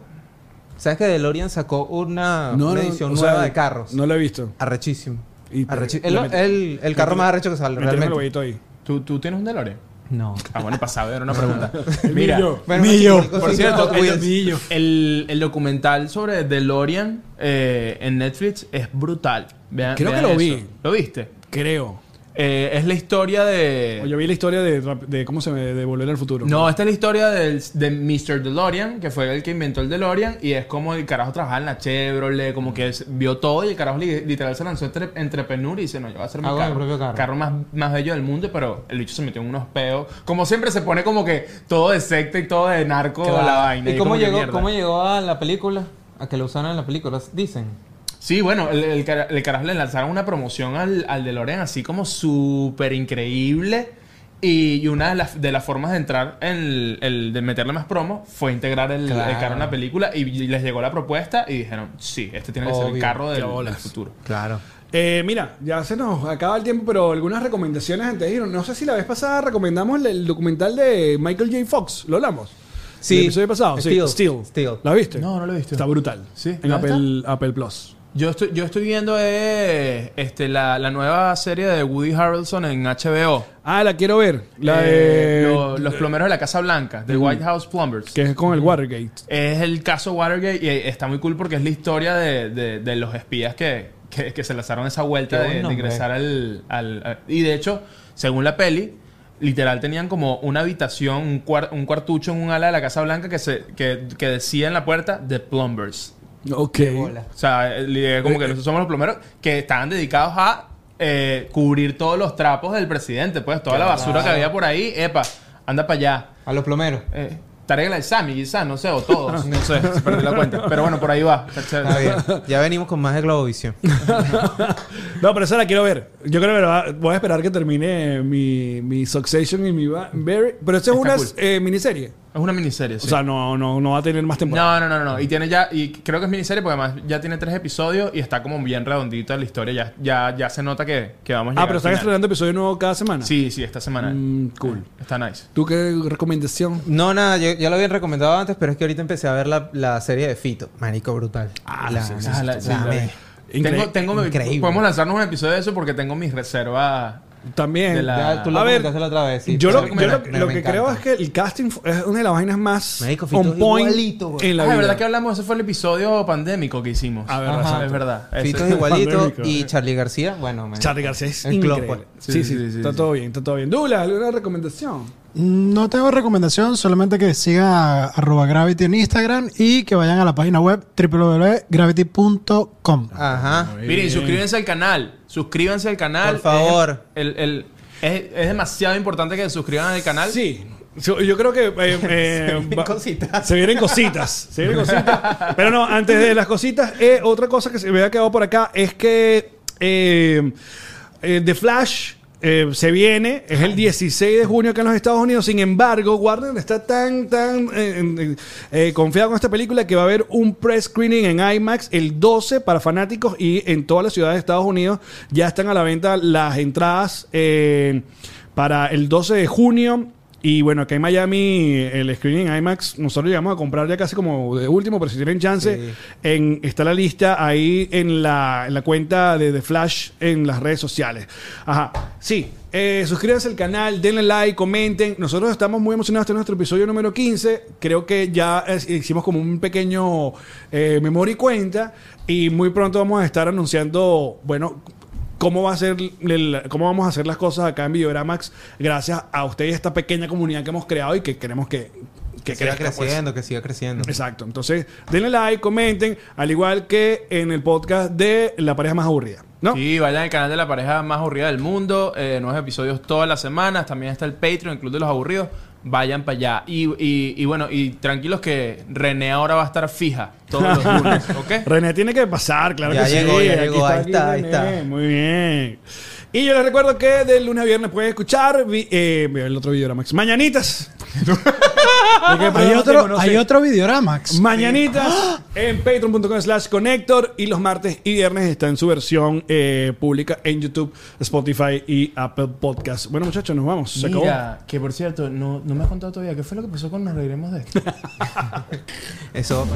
Speaker 3: ¿Sabes que DeLorean sacó una, una edición
Speaker 1: o sea,
Speaker 3: nueva de carros?
Speaker 1: No lo he visto.
Speaker 3: Arrechísimo.
Speaker 1: Y-
Speaker 3: Arrechi-
Speaker 1: le
Speaker 3: el,
Speaker 1: metí-
Speaker 3: el- el carro
Speaker 1: metí-
Speaker 3: más arrecho que sale,
Speaker 1: Métele el
Speaker 3: realmente.
Speaker 1: huevito ahí.
Speaker 2: ¿Tú, ¿Tú tienes un DeLorean?
Speaker 3: No.
Speaker 2: Ah, bueno, pasado, era una
Speaker 1: <laughs>
Speaker 2: pregunta. Mira,
Speaker 1: Millo.
Speaker 3: Bueno,
Speaker 6: Millo.
Speaker 3: sí,
Speaker 2: por
Speaker 3: sí,
Speaker 2: cierto,
Speaker 3: Hot
Speaker 2: el,
Speaker 3: Wheels.
Speaker 2: el- el documental sobre DeLorean eh, en Netflix es brutal. Vean-
Speaker 1: Creo que
Speaker 2: vean
Speaker 1: lo vi.
Speaker 2: eso. ¿Lo viste?
Speaker 1: Creo.
Speaker 2: Eh, es la historia de...
Speaker 1: O Yo vi la historia de, rap- de cómo se me de Volver al futuro.
Speaker 2: Eh, No,
Speaker 3: pues.
Speaker 2: esta es la historia del, de Mr. DeLorean, que fue el que inventó el DeLorean, y es como el carajo trabajaba en la Chevrolet, como que es- vio todo, y el carajo li- literal se lanzó entre, entrepreneur y dice, no, yo voy a hacer mi
Speaker 3: Hago mi
Speaker 2: carro,
Speaker 3: Ah, propio carro.
Speaker 2: más, más bello del mundo, pero el bicho se metió en unos peos. Como siempre se pone como que todo de secta y todo de narco
Speaker 3: Claro.
Speaker 2: la vaina.
Speaker 3: ¿Y cómo
Speaker 2: como que
Speaker 3: llegó,
Speaker 2: mierda.
Speaker 3: cómo llegó a la película? A que lo usaran en la película, dicen.
Speaker 2: Sí, bueno, el, el cara- el carajo le lanzaron una promoción al, al DeLorean así como súper increíble. Y, y una de las, de las formas de entrar en el, el- de meterle más promo fue integrar el, el
Speaker 3: Claro.
Speaker 2: carro en la película. Y les llegó la propuesta y dijeron, sí, este tiene que ser el
Speaker 3: Obvio.
Speaker 2: carro
Speaker 1: Qué
Speaker 2: del,
Speaker 1: bolas.
Speaker 2: del futuro.
Speaker 3: Claro.
Speaker 1: Eh, mira, ya se nos acaba el tiempo, pero algunas recomendaciones antes de irnos. No sé si la vez pasada recomendamos el, el documental de Michael J. Fox. ¿Lo hablamos?
Speaker 3: Sí.
Speaker 1: ¿El episodio pasado?
Speaker 3: Steel.
Speaker 1: Sí. Steel.
Speaker 3: Steel.
Speaker 1: ¿La viste?
Speaker 2: No, no lo he visto.
Speaker 1: Está brutal.
Speaker 2: Sí,
Speaker 1: En
Speaker 2: ¿ya
Speaker 1: Apple, Apple Plus.
Speaker 2: Yo estoy, yo estoy viendo eh, este, la, la nueva serie de Woody Harrelson en HBO.
Speaker 1: Ah, la quiero ver. La
Speaker 2: Eh,
Speaker 1: de...
Speaker 2: lo- los plomeros de la Casa Blanca, The White House Plumbers.
Speaker 1: Que es con el Watergate.
Speaker 2: Es el caso Watergate y está muy cool porque es la historia de, de- de los espías que, que- que se lanzaron esa vuelta
Speaker 3: Qué
Speaker 2: de,
Speaker 3: buen
Speaker 2: de
Speaker 3: nombre.
Speaker 2: ingresar al, al- a- Y de hecho, según la peli, literal tenían como una habitación, un, cuar- un cuartucho en un ala de la Casa Blanca que, se, que, que decía en la puerta The Plumbers.
Speaker 1: Ok.
Speaker 3: Hola.
Speaker 2: O sea, eh, li- eh, como que nosotros somos los plomeros que estaban dedicados a eh, cubrir todos los trapos del presidente, pues toda la basura que había por ahí, epa, anda para allá.
Speaker 3: A los plomeros.
Speaker 2: Eh, tarea del Sammy, quizás, no sé, o todos. No sé, se perdí la cuenta. Pero bueno, por ahí va.
Speaker 3: Está bien. Ya venimos con más de Globovisión.
Speaker 1: No, pero esa la quiero ver. Yo creo que la- voy a esperar que termine mi, mi Succession y mi... Ba- Barry. Pero esa es
Speaker 2: Está
Speaker 1: una
Speaker 2: cool.
Speaker 1: eh, miniserie.
Speaker 2: Es una miniserie, sí.
Speaker 1: O sea, no, no, no va a tener más temporada.
Speaker 2: no, no, no, no, no. Y tiene ya, y creo que es miniserie porque además ya tiene tres episodios y está como bien redondita la historia. Ya, ya, ya se nota que, que vamos a
Speaker 1: ah,
Speaker 2: llegar
Speaker 1: pero
Speaker 2: al
Speaker 1: están
Speaker 2: final.
Speaker 1: estrenando episodio nuevo cada semana.
Speaker 2: Sí, Ah. sí, esta semana.
Speaker 1: Mm, cool.
Speaker 2: Está nice.
Speaker 1: ¿Tú qué recomendación?
Speaker 3: No, nada, yo ya lo había recomendado antes, pero es que ahorita empecé a ver la, la serie de Fito. Marico, brutal.
Speaker 1: Ah,
Speaker 3: la,
Speaker 1: sí, sí,
Speaker 2: Ah, la- sí, la
Speaker 3: amé.
Speaker 2: vi.
Speaker 1: Incre-
Speaker 2: Tengo, tengo,
Speaker 3: Increíble.
Speaker 2: Podemos lanzarnos un episodio de eso porque tengo mis reservas.
Speaker 1: También.
Speaker 2: De la-
Speaker 3: Ya, tú lo
Speaker 1: A ver,
Speaker 3: comentaste la otra vez. sí,
Speaker 1: yo
Speaker 3: pero
Speaker 1: lo,
Speaker 3: me-
Speaker 1: yo lo-
Speaker 3: me-
Speaker 1: lo
Speaker 3: me
Speaker 1: que
Speaker 3: encanta.
Speaker 1: creo es que el casting fu- es una de las vainas más
Speaker 3: Marico, Fito
Speaker 1: on
Speaker 3: es
Speaker 1: point
Speaker 3: igualito, güey.
Speaker 1: en la
Speaker 2: Ah,
Speaker 1: vida.
Speaker 2: es verdad que hablamos, ese fue el episodio pandémico que hicimos.
Speaker 1: A ver,
Speaker 2: Ajá.
Speaker 1: razón.
Speaker 2: es verdad. Ese-
Speaker 3: Fito es igualito
Speaker 1: Pandémico,
Speaker 3: y Charlie García, bueno, me-
Speaker 1: Charlie García es
Speaker 3: El
Speaker 1: increíble.
Speaker 3: clon, pues.
Speaker 1: Sí sí, está todo bien, está todo bien. Dula, ¿alguna recomendación?
Speaker 6: No tengo recomendación, solamente que sigan a arroba Gravity en Instagram y que vayan a la página web www.gravity.com.
Speaker 1: Ah,
Speaker 3: Ajá.
Speaker 2: Miren, suscríbanse al canal. Suscríbanse al canal.
Speaker 3: Por favor.
Speaker 2: Es, el- el- es- es demasiado importante que se suscriban al canal.
Speaker 1: Sí. Yo yo creo que... eh, eh,
Speaker 3: <laughs>
Speaker 1: va-
Speaker 3: cositas.
Speaker 1: Se vienen cositas. <laughs> Se vienen cositas. Pero no, antes de las cositas, eh, otra cosa que se me había quedado por acá es que eh, eh, The Flash eh, se viene, es el 16 de junio acá en los Estados Unidos. Sin embargo, Warner está tan, tan eh, eh, eh, confiado con esta película que va a haber un press screening en IMAX el 12 para fanáticos y en todas las ciudades de Estados Unidos ya están a la venta las entradas eh, para el 12 de junio. Y bueno, acá en Miami, el screening en IMAX, nosotros llegamos a comprar ya casi como de último, pero si tienen chance, en, está la lista ahí en la, en la cuenta de The Flash en las redes sociales. Ajá, sí. Eh, suscríbanse al canal, denle like, comenten. Nosotros estamos muy emocionados. Este es nuestro episodio número 15. Creo que ya eh, hicimos como un pequeño eh, memoria y cuenta. Y muy pronto vamos a estar anunciando, bueno, cómo, va a ser el- cómo vamos a hacer las cosas acá en Videogramax. Gracias a ustedes, esta pequeña comunidad que hemos creado y que queremos que, que
Speaker 3: Que siga
Speaker 1: crezca, pues.
Speaker 3: creciendo, que siga creciendo.
Speaker 1: Exacto. Entonces, denle like, comenten, al igual que en el podcast de La pareja más aburrida. ¿No?
Speaker 2: Sí, vayan al canal de la pareja más aburrida del mundo. eh, nuevos episodios todas las semanas. También está el Patreon, el Club de los Aburridos. Vayan para allá. Y, y- y bueno, y tranquilos que René ahora va a estar fija todos los
Speaker 1: <laughs>
Speaker 2: lunes, ¿ok?
Speaker 1: René tiene que pasar, claro
Speaker 3: Ya
Speaker 1: que
Speaker 3: llegó,
Speaker 1: sí.
Speaker 3: ya llegó. Ahí está, ahí
Speaker 1: René.
Speaker 3: está.
Speaker 1: Muy bien. Y yo les recuerdo que de lunes a viernes pueden escuchar vi- eh, el otro video era Max.
Speaker 3: <laughs>
Speaker 1: Mañanitas. Porque de pronto
Speaker 6: Hay
Speaker 1: no te
Speaker 6: otro,
Speaker 1: conoce.
Speaker 6: hay otro Videoramax.
Speaker 1: Mañanitas en patreon.com slash connector y los martes y viernes está en su versión eh, pública en YouTube, Spotify y Apple Podcast. Bueno muchachos, nos vamos. Se acabó.
Speaker 2: que por cierto, no, no me has contado todavía qué fue lo que pasó con Nos Reiremos de esto.
Speaker 3: Eso.